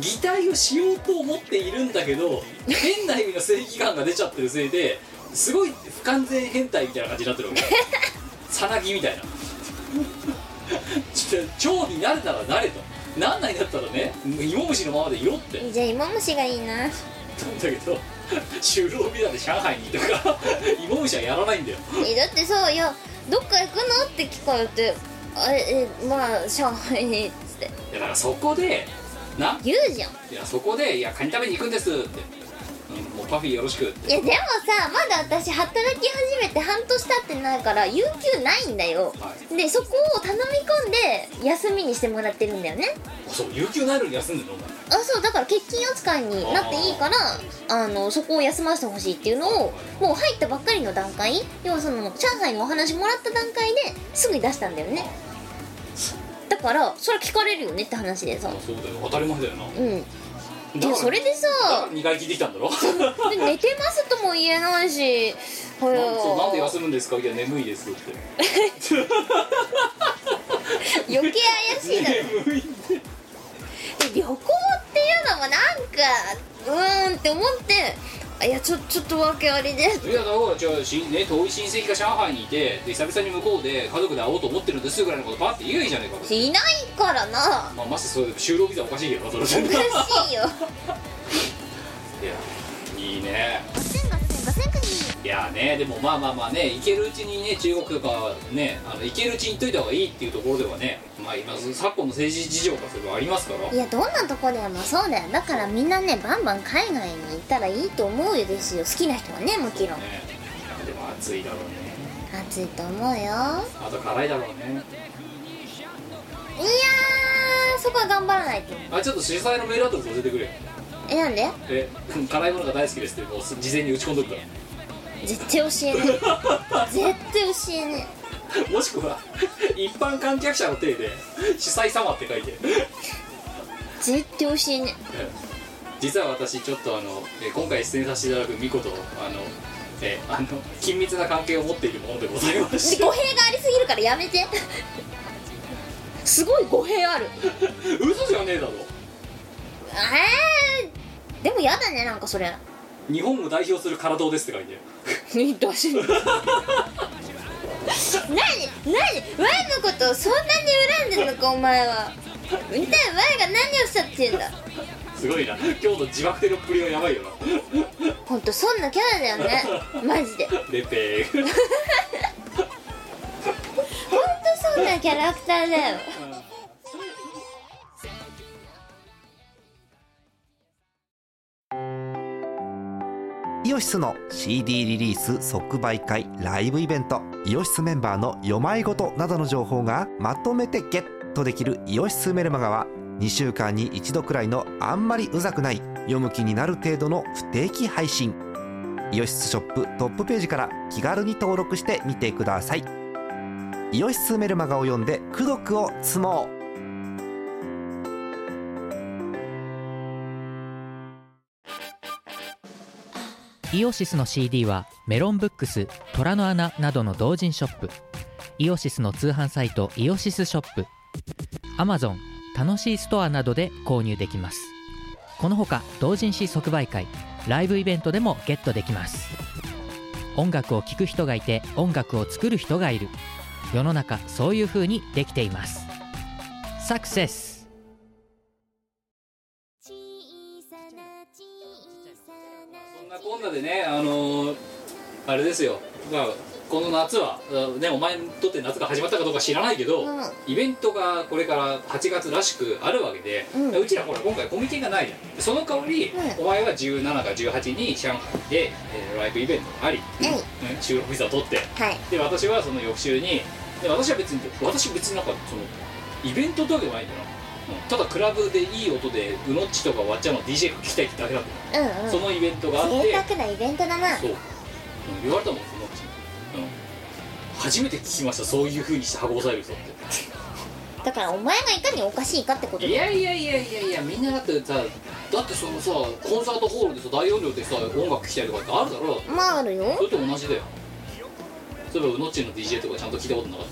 [SPEAKER 2] 擬態をしようと思っているんだけど変な意味の正義感が出ちゃってるせいですごい不完全変態みたいな感じになってるわけさなぎみたいなちょっと蝶になれたらなれとなんないんだったらね芋虫のままでいろって
[SPEAKER 3] じゃあ芋虫がいいな
[SPEAKER 2] なんだけど就労ビザで上海にいたから芋虫はやらないんだよ
[SPEAKER 3] えだってさ「いやどっか行くの?」って聞かれて「あええまあ上海に」っつって
[SPEAKER 2] いやだからそこでな
[SPEAKER 3] 言うじゃん
[SPEAKER 2] いやそこで「いやカニ食べに行くんです」ってうん「もうパフィーよろしく」っ
[SPEAKER 3] い
[SPEAKER 2] て
[SPEAKER 3] やでもさまだ私働き始めて半年経ってないから有給ないんだよ
[SPEAKER 2] は
[SPEAKER 3] でそこを頼み込んで休みにしてもらってるんだよね
[SPEAKER 2] あそう有給ないのに休んでるのお前
[SPEAKER 3] あそうだから欠勤扱いになっていいからあのそこを休ませてほしいっていうのをもう入ったばっかりの段階要はその上海のお話もらった段階ですぐに出したんだよねだからそれ聞かれるよねって話でさ
[SPEAKER 2] あそうだよ当たり前だよな
[SPEAKER 3] うん
[SPEAKER 2] だ
[SPEAKER 3] でもそれでさ
[SPEAKER 2] 2回聞いてきたんだろ
[SPEAKER 3] で寝てますとも言えないしほ
[SPEAKER 2] なん そうなんで
[SPEAKER 3] ら
[SPEAKER 2] 休むんですかいや眠いですって
[SPEAKER 3] 余計怪しい だろ
[SPEAKER 2] 眠い
[SPEAKER 3] で旅行っていうのもなんかうーんって思ってあいやちょちょっと訳ありで
[SPEAKER 2] いやだからじゃあし、ね、遠い親戚が上海にいてで久々に向こうで家族で会おうと思ってるんですぐらいのことパッて言えばいいじゃねえかと
[SPEAKER 3] いないからな
[SPEAKER 2] まあましてそういう就労ビザおかしいけどなそれ
[SPEAKER 3] お
[SPEAKER 2] いや
[SPEAKER 3] かしいよ
[SPEAKER 2] いいね
[SPEAKER 3] ガセンガセンガセンガセ
[SPEAKER 2] いやねでもまあまあまあね行けるうちにね中国とかねあの行けるうちに行っといた方がいいっていうところではねまあ今昨今の政治事情がそれはありますから
[SPEAKER 3] ンいやどんなとこでもそうだよだからみんなねバンバン海外に行ったらいいと思うよですよ好きな人はねもちろん
[SPEAKER 2] ねでも暑いだろうね
[SPEAKER 3] 暑いと思うよいや
[SPEAKER 2] あと辛いだろうね
[SPEAKER 3] ーそこは頑張らないと
[SPEAKER 2] あちょっと主催のメールアドレス教えてくれよ
[SPEAKER 3] えなんで
[SPEAKER 2] え辛いものが大好きですってもう事前に打ち込んどくから
[SPEAKER 3] 絶対教えねえ絶対教えね
[SPEAKER 2] もしくは一般観客者の体で主催様って書いて
[SPEAKER 3] え絶対教えね
[SPEAKER 2] 実は私ちょっとあのえ今回出演させていただくミコとあのえあの緊密な関係を持っているものでございま
[SPEAKER 3] えで
[SPEAKER 2] して
[SPEAKER 3] 語弊がありすぎるからやめてすごい語弊ある
[SPEAKER 2] 嘘じゃねえだろ
[SPEAKER 3] えー、でもやだねなんかそれ
[SPEAKER 2] 日本を代表する体をですって書いてあ
[SPEAKER 3] 何出しな何何ワイのことをそんなに恨んでんのかお前は一体ワイが何をしたって言うんだ
[SPEAKER 2] るすごいな今日の自爆テロっぷりはやばいよな
[SPEAKER 3] ほんとそんなキャラだよねマジでほんと
[SPEAKER 2] レペー
[SPEAKER 3] そんなキャラクターだよ
[SPEAKER 2] うん
[SPEAKER 5] オシスの CD リリース即売会ライブイベントイオシスメンバーの読まいごとなどの情報がまとめてゲットできる「イオシスメルマガ」は2週間に1度くらいのあんまりうざくない読む気になる程度の不定期配信イオシスショップトップページから気軽に登録してみてくださいイオシスメルマガを読んで「功徳を積もう」
[SPEAKER 6] イオシスの CD はメロンブックス虎の穴などの同人ショップイオシスの通販サイトイオシスショップ Amazon 楽しいストアなどで購入できますこのほか同人誌即売会ライブイベントでもゲットできます音楽を聴く人がいて音楽を作る人がいる世の中そういう風にできていますサクセス
[SPEAKER 4] 小さな小さ
[SPEAKER 2] そんなこんなでねあのーあれですよまあこの夏はあねお前にとって夏が始まったかどうか知らないけど、
[SPEAKER 3] うん
[SPEAKER 2] イベントがこれから8月らしくあるわけで、
[SPEAKER 3] うん
[SPEAKER 2] ちらほら今回コミュニティがないじゃんその代わり、
[SPEAKER 3] う
[SPEAKER 2] お前は17か18に上海で、えーライブイベントがあり、うん収録ビザを取って
[SPEAKER 3] はい
[SPEAKER 2] で私はその翌週にで私は別に私別になんかそのイベントとかじゃないんだよな、うんただクラブでいい音でうのっちとかわっちゃんの DJ が聞きたいってだけだった
[SPEAKER 3] うんうん
[SPEAKER 2] そのイベントがあって
[SPEAKER 3] 贅沢なイベントだな
[SPEAKER 2] そう、うん言われたもんそのうち、うん、初めて聞きましたそういうふうにして運ばされる人っ
[SPEAKER 3] だからお前がいかにおかしいかってこと
[SPEAKER 2] て
[SPEAKER 3] だ
[SPEAKER 2] い
[SPEAKER 3] よ
[SPEAKER 2] やいやいやいやいやみんなだってさだってそのさコンサートホールでさ大音量でさ音楽聴きたいとかってあるだろ
[SPEAKER 3] まああるよ
[SPEAKER 2] それと同じだよそういえばうのっちの DJ とかちゃんと聞いたことなかっ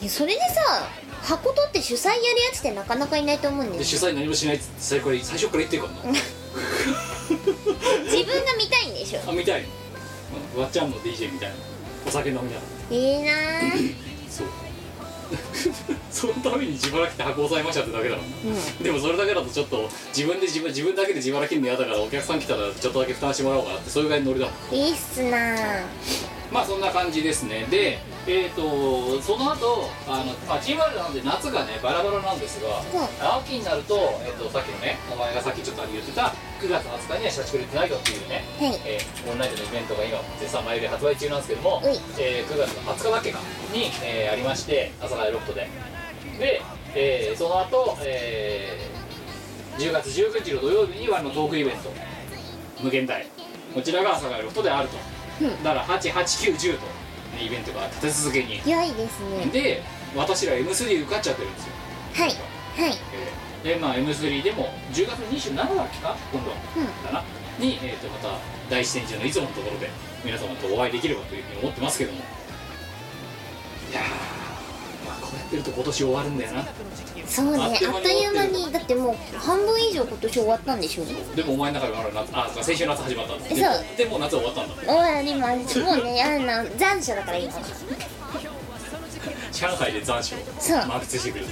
[SPEAKER 3] いやそれでさ箱取って主催やるやつってなかなかいないと思うん
[SPEAKER 2] た
[SPEAKER 3] だ
[SPEAKER 2] で
[SPEAKER 3] よ
[SPEAKER 2] 主催何もしないっつって最初から最初から言ってるからな
[SPEAKER 3] 自分が見たいんでしょ
[SPEAKER 2] あみたいな、うん、わっちゃんの DJ みたいなお酒飲みながら
[SPEAKER 3] いいなぁ
[SPEAKER 2] そうそのために自腹切って箱押さえましたってだけだろ
[SPEAKER 3] う
[SPEAKER 2] でもそれだけだとちょっと自分で自分自分だけで自腹切るの嫌だからお客さん来たらちょっとだけ負担してもらおうかなってそういうぐらいのノリだ
[SPEAKER 3] んいいっすなぁ
[SPEAKER 2] まあそんな感じですねでえっ、とその後あのあチームワールドなんで夏がねバラバラなんですが秋になると,、えっとさっきのねお前がさっきちょっと言ってた9月20日には社畜レッドナイトっていうね、
[SPEAKER 3] はい
[SPEAKER 2] えーオンラインでのイベントが今絶賛前売り発売中なんですけども
[SPEAKER 3] うい、
[SPEAKER 2] えー9月の20日だっけかに、えーありまして朝からロフトでで、えーその後、えー10月19日の土曜日にはあのトークイベント無限大こちらが朝からロフトであると、
[SPEAKER 3] うん
[SPEAKER 2] だから8890と、ねイベントが立て続けに
[SPEAKER 3] 良いですね
[SPEAKER 2] で私ら M3 受かっちゃってるんですよ
[SPEAKER 3] はいはい
[SPEAKER 2] えーでまあ M3 でも10月27だっけか今度
[SPEAKER 3] うん
[SPEAKER 2] だな、に、えー、とまた第一戦中のいつものところで皆様とお会いできればというふうに思ってますけどもいやーまあこうやってると今年終わるんだよな
[SPEAKER 3] そうね
[SPEAKER 2] あ
[SPEAKER 3] あ
[SPEAKER 2] っ
[SPEAKER 3] っ
[SPEAKER 2] という間に
[SPEAKER 3] という間にだってもう半分以上今年終わったんでしょ
[SPEAKER 2] でもお前の中ではあれ夏あそうか先週夏始まったんだで
[SPEAKER 3] そう
[SPEAKER 2] でもう夏終わったんだ
[SPEAKER 3] 終わりますもう ねあの残暑だから今
[SPEAKER 2] 上海で残暑を
[SPEAKER 3] そう
[SPEAKER 2] 満喫してくれる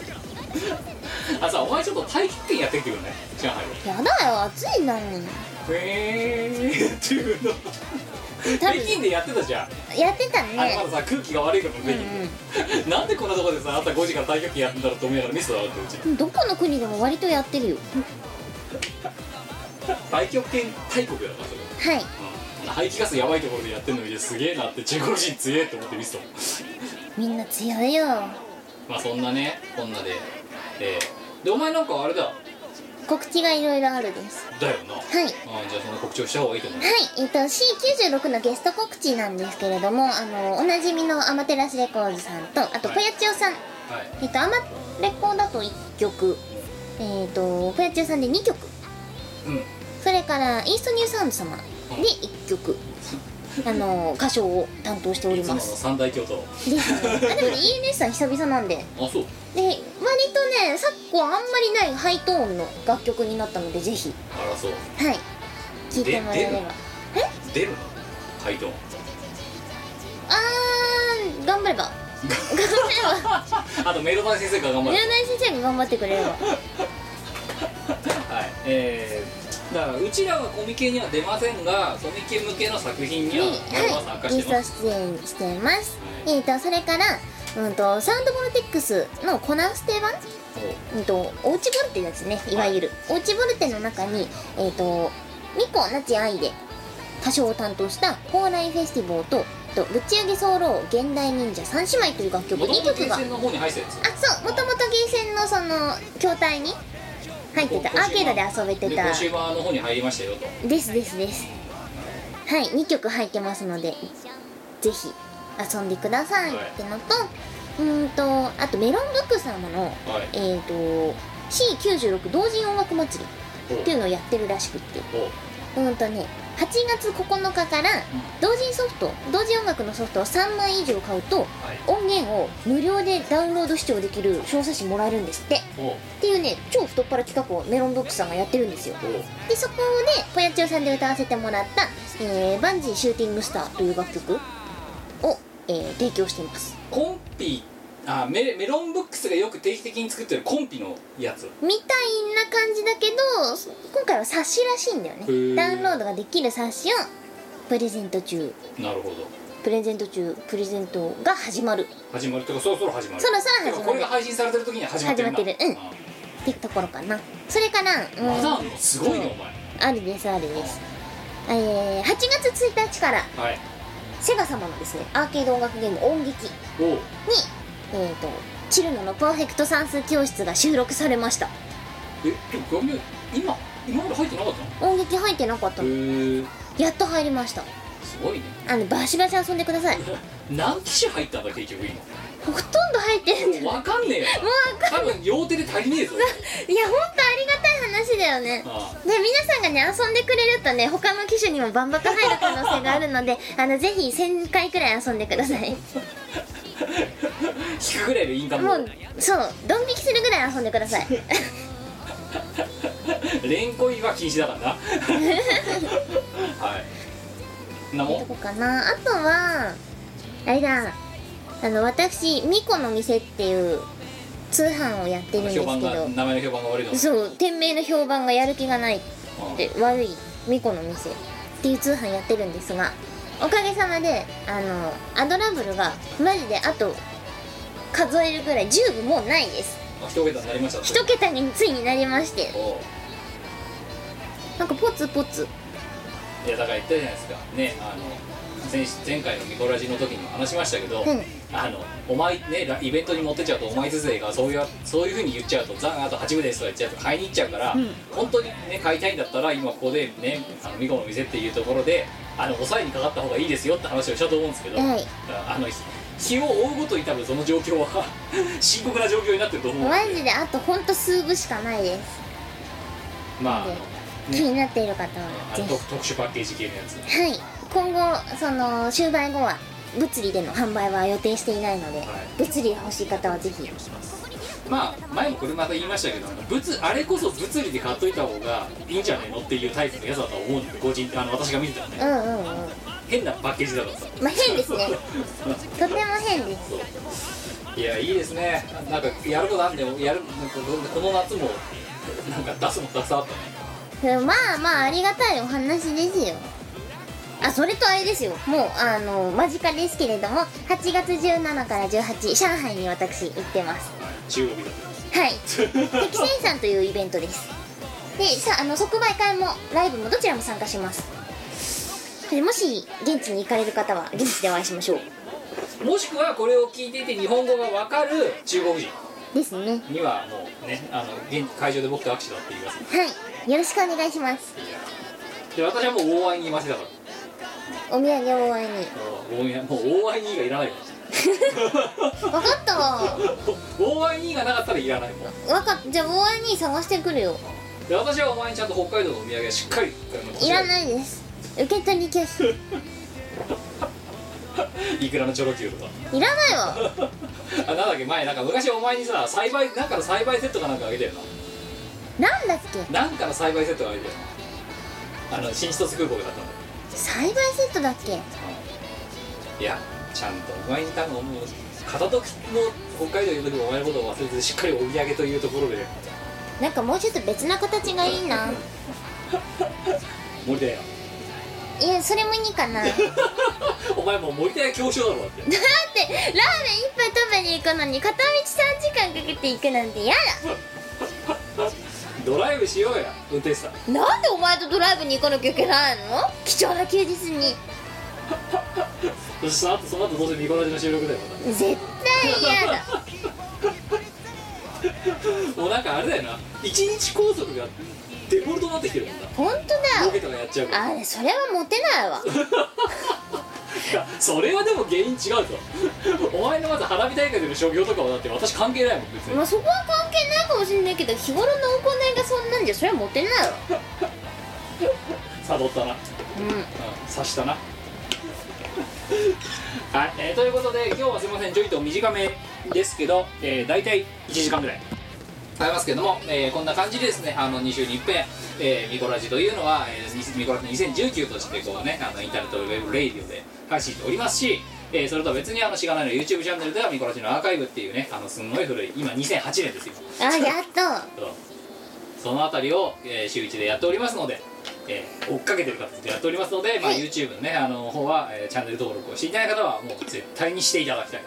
[SPEAKER 2] あさお前ちょっと大気圏やってきてくれない上海で
[SPEAKER 3] やだよ暑いんだもん
[SPEAKER 2] へえーっていうの
[SPEAKER 3] 多
[SPEAKER 2] 北
[SPEAKER 3] 分
[SPEAKER 2] 京でやってたじゃん
[SPEAKER 3] やってた
[SPEAKER 2] あれ
[SPEAKER 3] ね
[SPEAKER 2] まださ空気が悪いから無理、なんでこんなとこでさ朝5時から太極拳やってんだろうと思いながらミスだなってうち
[SPEAKER 3] どこの国でも割とやってるよ
[SPEAKER 2] 太極拳大国だからそれ、
[SPEAKER 3] はい
[SPEAKER 2] うん、排気ガスやばいところでやってんのにすげえなって中国人強えって思ってミスと
[SPEAKER 3] みんな強いよ
[SPEAKER 2] まあそんなねこんなでえーでお前なんかあれだ
[SPEAKER 3] 告知がいろいろあるです
[SPEAKER 2] だよな、うん、じ
[SPEAKER 3] はい
[SPEAKER 2] ゃあその告知をした方がいいと思う
[SPEAKER 3] はい、えっと、C96 のゲスト告知なんですけれどもあのおなじみのアマテラスレコーズさんとあと
[SPEAKER 2] はい
[SPEAKER 3] 小屋千代さん、
[SPEAKER 2] はい
[SPEAKER 3] えっとアマレコだと1曲えっと小屋千代さんで2曲
[SPEAKER 2] うん
[SPEAKER 3] それからイーストニューサウンド様で1曲あの歌唱を担当しており
[SPEAKER 2] いつ
[SPEAKER 3] ま
[SPEAKER 2] もの
[SPEAKER 3] す
[SPEAKER 2] 三大巨頭
[SPEAKER 3] ですねあでもね ENS さん久々なんでで
[SPEAKER 2] あそう
[SPEAKER 3] 割とね昨今あんまりないハイトーンの楽曲になったのでぜひ
[SPEAKER 2] あらそう
[SPEAKER 3] はい聴いてもらえれ
[SPEAKER 2] で出
[SPEAKER 3] ば
[SPEAKER 2] る
[SPEAKER 3] え
[SPEAKER 2] 出るの回答
[SPEAKER 3] あー頑張れば頑張れば
[SPEAKER 2] あとメイドバイ先生が頑張る
[SPEAKER 3] 占い先生が頑張ってくれれば
[SPEAKER 2] はいえー、だからうちらはコミケには出ませんがコミケ向けの作品には俺は参
[SPEAKER 3] は
[SPEAKER 2] 加
[SPEAKER 3] いゲ
[SPEAKER 2] してます、
[SPEAKER 3] スト出演してます
[SPEAKER 2] は
[SPEAKER 3] えーとそれからうんとサウンドボルテックスのコナステ版うんとおうちボルテですねいわゆるおうちボルテの中にえっとミコナチアイで歌唱を担当した「蓬莱フェスティボーと」と「ぶち上げ候現代忍者三姉妹」という楽曲
[SPEAKER 2] もとも
[SPEAKER 3] 2
[SPEAKER 2] と
[SPEAKER 3] 曲
[SPEAKER 2] ゲー
[SPEAKER 3] が
[SPEAKER 2] センの方に入ってたや
[SPEAKER 3] あそうもともとゲーセンのその筐体に入ってた
[SPEAKER 2] コンシ
[SPEAKER 3] ア
[SPEAKER 2] ューマー
[SPEAKER 3] ーケードで遊べ
[SPEAKER 2] つ
[SPEAKER 3] て
[SPEAKER 2] で
[SPEAKER 3] た
[SPEAKER 2] コンシューマーの方に入りましたよと
[SPEAKER 3] ですですですはい2曲入ってますのでぜひ遊んでくださいってのと、うーんとあとメロンブック様の
[SPEAKER 2] はい
[SPEAKER 3] えっ、と C96 同人音楽祭
[SPEAKER 2] お
[SPEAKER 3] りっていうのをやってるらしくって
[SPEAKER 2] お
[SPEAKER 3] うんとね8月9日から同人ソフト同人音楽のソフトを3枚以上買うと
[SPEAKER 2] はい
[SPEAKER 3] 音源を無料でダウンロード視聴できる小冊子もらえるんですって
[SPEAKER 2] おお
[SPEAKER 3] っていうね超太っ腹企画をメロンブックさんがやってるんですよでそこでぽやちよさんで歌わせてもらった「えーバンジーシューティングスター」という楽曲を、えー提供しています
[SPEAKER 2] コンピあメメロンブックスがよく定期的に作ってるコンピのやつ
[SPEAKER 3] みたいな感じだけどそ今回は冊子らしいんだよね
[SPEAKER 2] ー
[SPEAKER 3] ダウンロードができる冊子をプレゼント中
[SPEAKER 2] なるほど
[SPEAKER 3] プレゼント中プレゼントが始まる
[SPEAKER 2] 始まるとかそろそろ始まる
[SPEAKER 3] そろそろ始まる
[SPEAKER 2] てかこれが配信されてる時には始まってるな
[SPEAKER 3] 始まってるうん
[SPEAKER 2] あ
[SPEAKER 3] ってところかなそれから、うん
[SPEAKER 2] まだあんのすごいねお前
[SPEAKER 3] あるですあるですえー、8月1日から
[SPEAKER 2] はい
[SPEAKER 3] セガ様のですねアーケード音楽ゲーム「音劇」
[SPEAKER 2] おお
[SPEAKER 3] に、えー、とチルノのパーフェクト算数教室が収録されました
[SPEAKER 2] えでもごめん今今まで入ってなかった
[SPEAKER 3] 音劇入ってなかった
[SPEAKER 2] の
[SPEAKER 3] の
[SPEAKER 2] へえ
[SPEAKER 3] やっと入りました
[SPEAKER 2] すごいね
[SPEAKER 3] あのバシバシ遊んでください
[SPEAKER 2] 何機種入ったんだ結局今
[SPEAKER 3] ほとんど入ってる んだい
[SPEAKER 2] わかんねえよ多分両手で足りね え
[SPEAKER 3] や
[SPEAKER 2] ぞ
[SPEAKER 3] ほんとありがたい話だよね
[SPEAKER 2] あ
[SPEAKER 3] で皆さんがね遊んでくれるとね他の機種にもバンバカ入る可能性があるのであのぜひ1000回くらい遊んでください
[SPEAKER 2] 引くぐらいの印鑑
[SPEAKER 3] も
[SPEAKER 2] も
[SPEAKER 3] うそうドン引きするぐらい遊んでください
[SPEAKER 2] レンコイは禁止だからなは いなも
[SPEAKER 3] どこかなあとはあれだあの私ミコの店っていう通販をやってるんですけ
[SPEAKER 2] 評判が
[SPEAKER 3] ど
[SPEAKER 2] 名前の評判が悪いの
[SPEAKER 3] そう店名の評判がやる気がないって悪い巫女の店っていう通販やってるんですがおかげさまであのアドラブルがマジであと数えるぐらい10部もうないです
[SPEAKER 2] あ一桁になりました
[SPEAKER 3] 一桁についになりまして
[SPEAKER 2] お
[SPEAKER 3] なんかポツポツ
[SPEAKER 2] いやだから言ったじゃないですかねあの先前回のミコラジの時にも話しましたけど、
[SPEAKER 3] うん
[SPEAKER 2] あのお前ねライベントに持ってっちゃうとお前ず勢がそういうそういうふうに言っちゃうと「ザンあと8部です」とか言っちゃうと買いに行っちゃうから、本当にね買いたいんだったら今ここでねあのミコの店っていうところであの抑えにかかった方がいいですよって話をしたと思うんですけど、
[SPEAKER 3] はい
[SPEAKER 2] あの日を追うごとに多分その状況は 深刻な状況になってると思うの
[SPEAKER 3] マジであとほんと数部しかないです
[SPEAKER 2] まああの
[SPEAKER 3] 気
[SPEAKER 2] ね
[SPEAKER 3] になっている方
[SPEAKER 2] あ
[SPEAKER 3] はぜ
[SPEAKER 2] の
[SPEAKER 3] ひ
[SPEAKER 2] 特特殊パッケージ系のやつ
[SPEAKER 3] はい今後その終売後は物理での販売は予定していないので、物理が欲しい方はぜひ
[SPEAKER 2] まあ前もこれまた言いましたけどあの物あれこそ物理で買っといた方がいいんじゃないのっていうタイプのやつだと思うんで個人あの私が見てたら
[SPEAKER 3] う
[SPEAKER 2] ね
[SPEAKER 3] んうんうん
[SPEAKER 2] 変なパッケージだからさ
[SPEAKER 3] まあ変です ねとても変です
[SPEAKER 2] いやいいですねなんかやることなんでもやるなんかこの夏もなんか出すも出さあったね
[SPEAKER 3] うんまあまあありがたいお話ですよあそれとあれですよもうあの間近ですけれども8月17から18上海に私行ってます
[SPEAKER 2] 中国だ
[SPEAKER 3] はい適正さんというイベントですでさあの即売会もライブもどちらも参加しますでもし現地に行かれる方は現地でお会いしましょう
[SPEAKER 2] ともしくはこれを聞いていて日本語がわかる中国人
[SPEAKER 3] ですね
[SPEAKER 2] にはもうねあの現会場で僕と握手だって言います
[SPEAKER 3] はいよろしくお願いします
[SPEAKER 2] で私はもう大愛にいませだから
[SPEAKER 3] お土産を応援に
[SPEAKER 2] 大愛もう大愛にがいらないから
[SPEAKER 3] 分かったわ
[SPEAKER 2] 大愛にがなかったらいらないもん
[SPEAKER 3] わかったじゃあ応援に探してくるよ
[SPEAKER 2] で私はお前にちゃんと北海道のお土産しっかりあの
[SPEAKER 3] いらないです受け取り拒否
[SPEAKER 2] いくらのチョロ Q とか
[SPEAKER 3] いらないわ
[SPEAKER 2] あなんだっけ前なんか昔お前にさ栽培なんかの栽培セットかなんかあげたよ
[SPEAKER 3] なんだっけ
[SPEAKER 2] ななんかの栽培セットがあげたよなあの新千歳空港だったんだよ
[SPEAKER 3] 栽培セットだっけ
[SPEAKER 2] いやちゃんとお前に多分もう片時の北海道の時もお前のことを忘れずしっかりお土産というところで
[SPEAKER 3] なんかもうちょっと別な形がいいな
[SPEAKER 2] 森田屋
[SPEAKER 3] いやそれもいいかなだってラー
[SPEAKER 2] お前もう森田屋強症だろだって
[SPEAKER 3] メン一杯食べに行くのに片道3時間かけて行くなんてやだ
[SPEAKER 2] ドライブしようや運転手さん
[SPEAKER 3] なんでお前とドライブに行かなきゃいけないの貴重な休日に
[SPEAKER 2] そしてその後その後どうせ見殺しの収録だよま
[SPEAKER 3] 絶対嫌だ
[SPEAKER 2] たもうなんかあれだよな一日拘束がデフォルトになってきてるもんな
[SPEAKER 3] 本
[SPEAKER 2] ロ
[SPEAKER 3] 当
[SPEAKER 2] ケ
[SPEAKER 3] だ
[SPEAKER 2] とかやっちゃうから
[SPEAKER 3] あれそれはモテないわ
[SPEAKER 2] それはでも原因違うと お前のまず花火大会での商業とかはだって私関係ないもん別に
[SPEAKER 3] まあそこは関係ないかもしれないけど日頃の行いがそんなんじゃそれはモテないわ
[SPEAKER 2] 悟ったな、うん、
[SPEAKER 3] う
[SPEAKER 2] 察したなはい、えーということで今日はすいませんちょいと短めですけど、えー、大体1時間ぐらいありますけども、えーこんな感じでですねあの2週に一遍えーミコラジというのは、えー、ミコラジの2019としてこうねあのインターネットウェブレイディオで配信しておりますし、えーそれとは別にあのしがないの YouTube チャンネルではミコラジのアーカイブっていうねあのすんごい古い今2008年ですよ
[SPEAKER 3] んあやっと
[SPEAKER 2] そうそのあたりを、えー週1でやっておりますので、えー追っかけてる形でやっておりますので、まあ、
[SPEAKER 3] はい
[SPEAKER 2] YouTube のねあの方は、えーチャンネル登録をしていない方はもう絶対にしていただきたい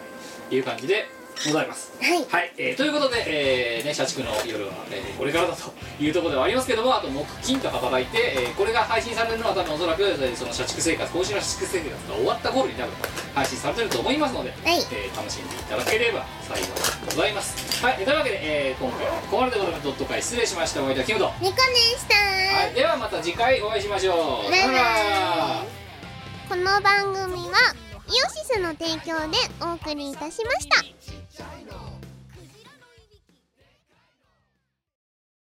[SPEAKER 2] という感じでございます
[SPEAKER 3] はい
[SPEAKER 2] はい、えーということで、えーね、社畜の夜は、えーこれからだというところではありますけどもあと木金と働いて、えーこれが配信されるのは多分おそらく、えーその社畜生活今週の社畜生活が終わった頃に多分配信されてると思いますので、
[SPEAKER 3] はい
[SPEAKER 2] えー楽しんでいただければ幸いでございますはい、えーというわけで、えー今回はここまででございますドット会失礼しましたお相手はキムト、は
[SPEAKER 3] ニコでした
[SPEAKER 2] い、ではまた次回お会いしましょ
[SPEAKER 3] バイ
[SPEAKER 2] う
[SPEAKER 3] バイ
[SPEAKER 2] さよなら
[SPEAKER 4] この番組はイオシスの提供でお送りいたしました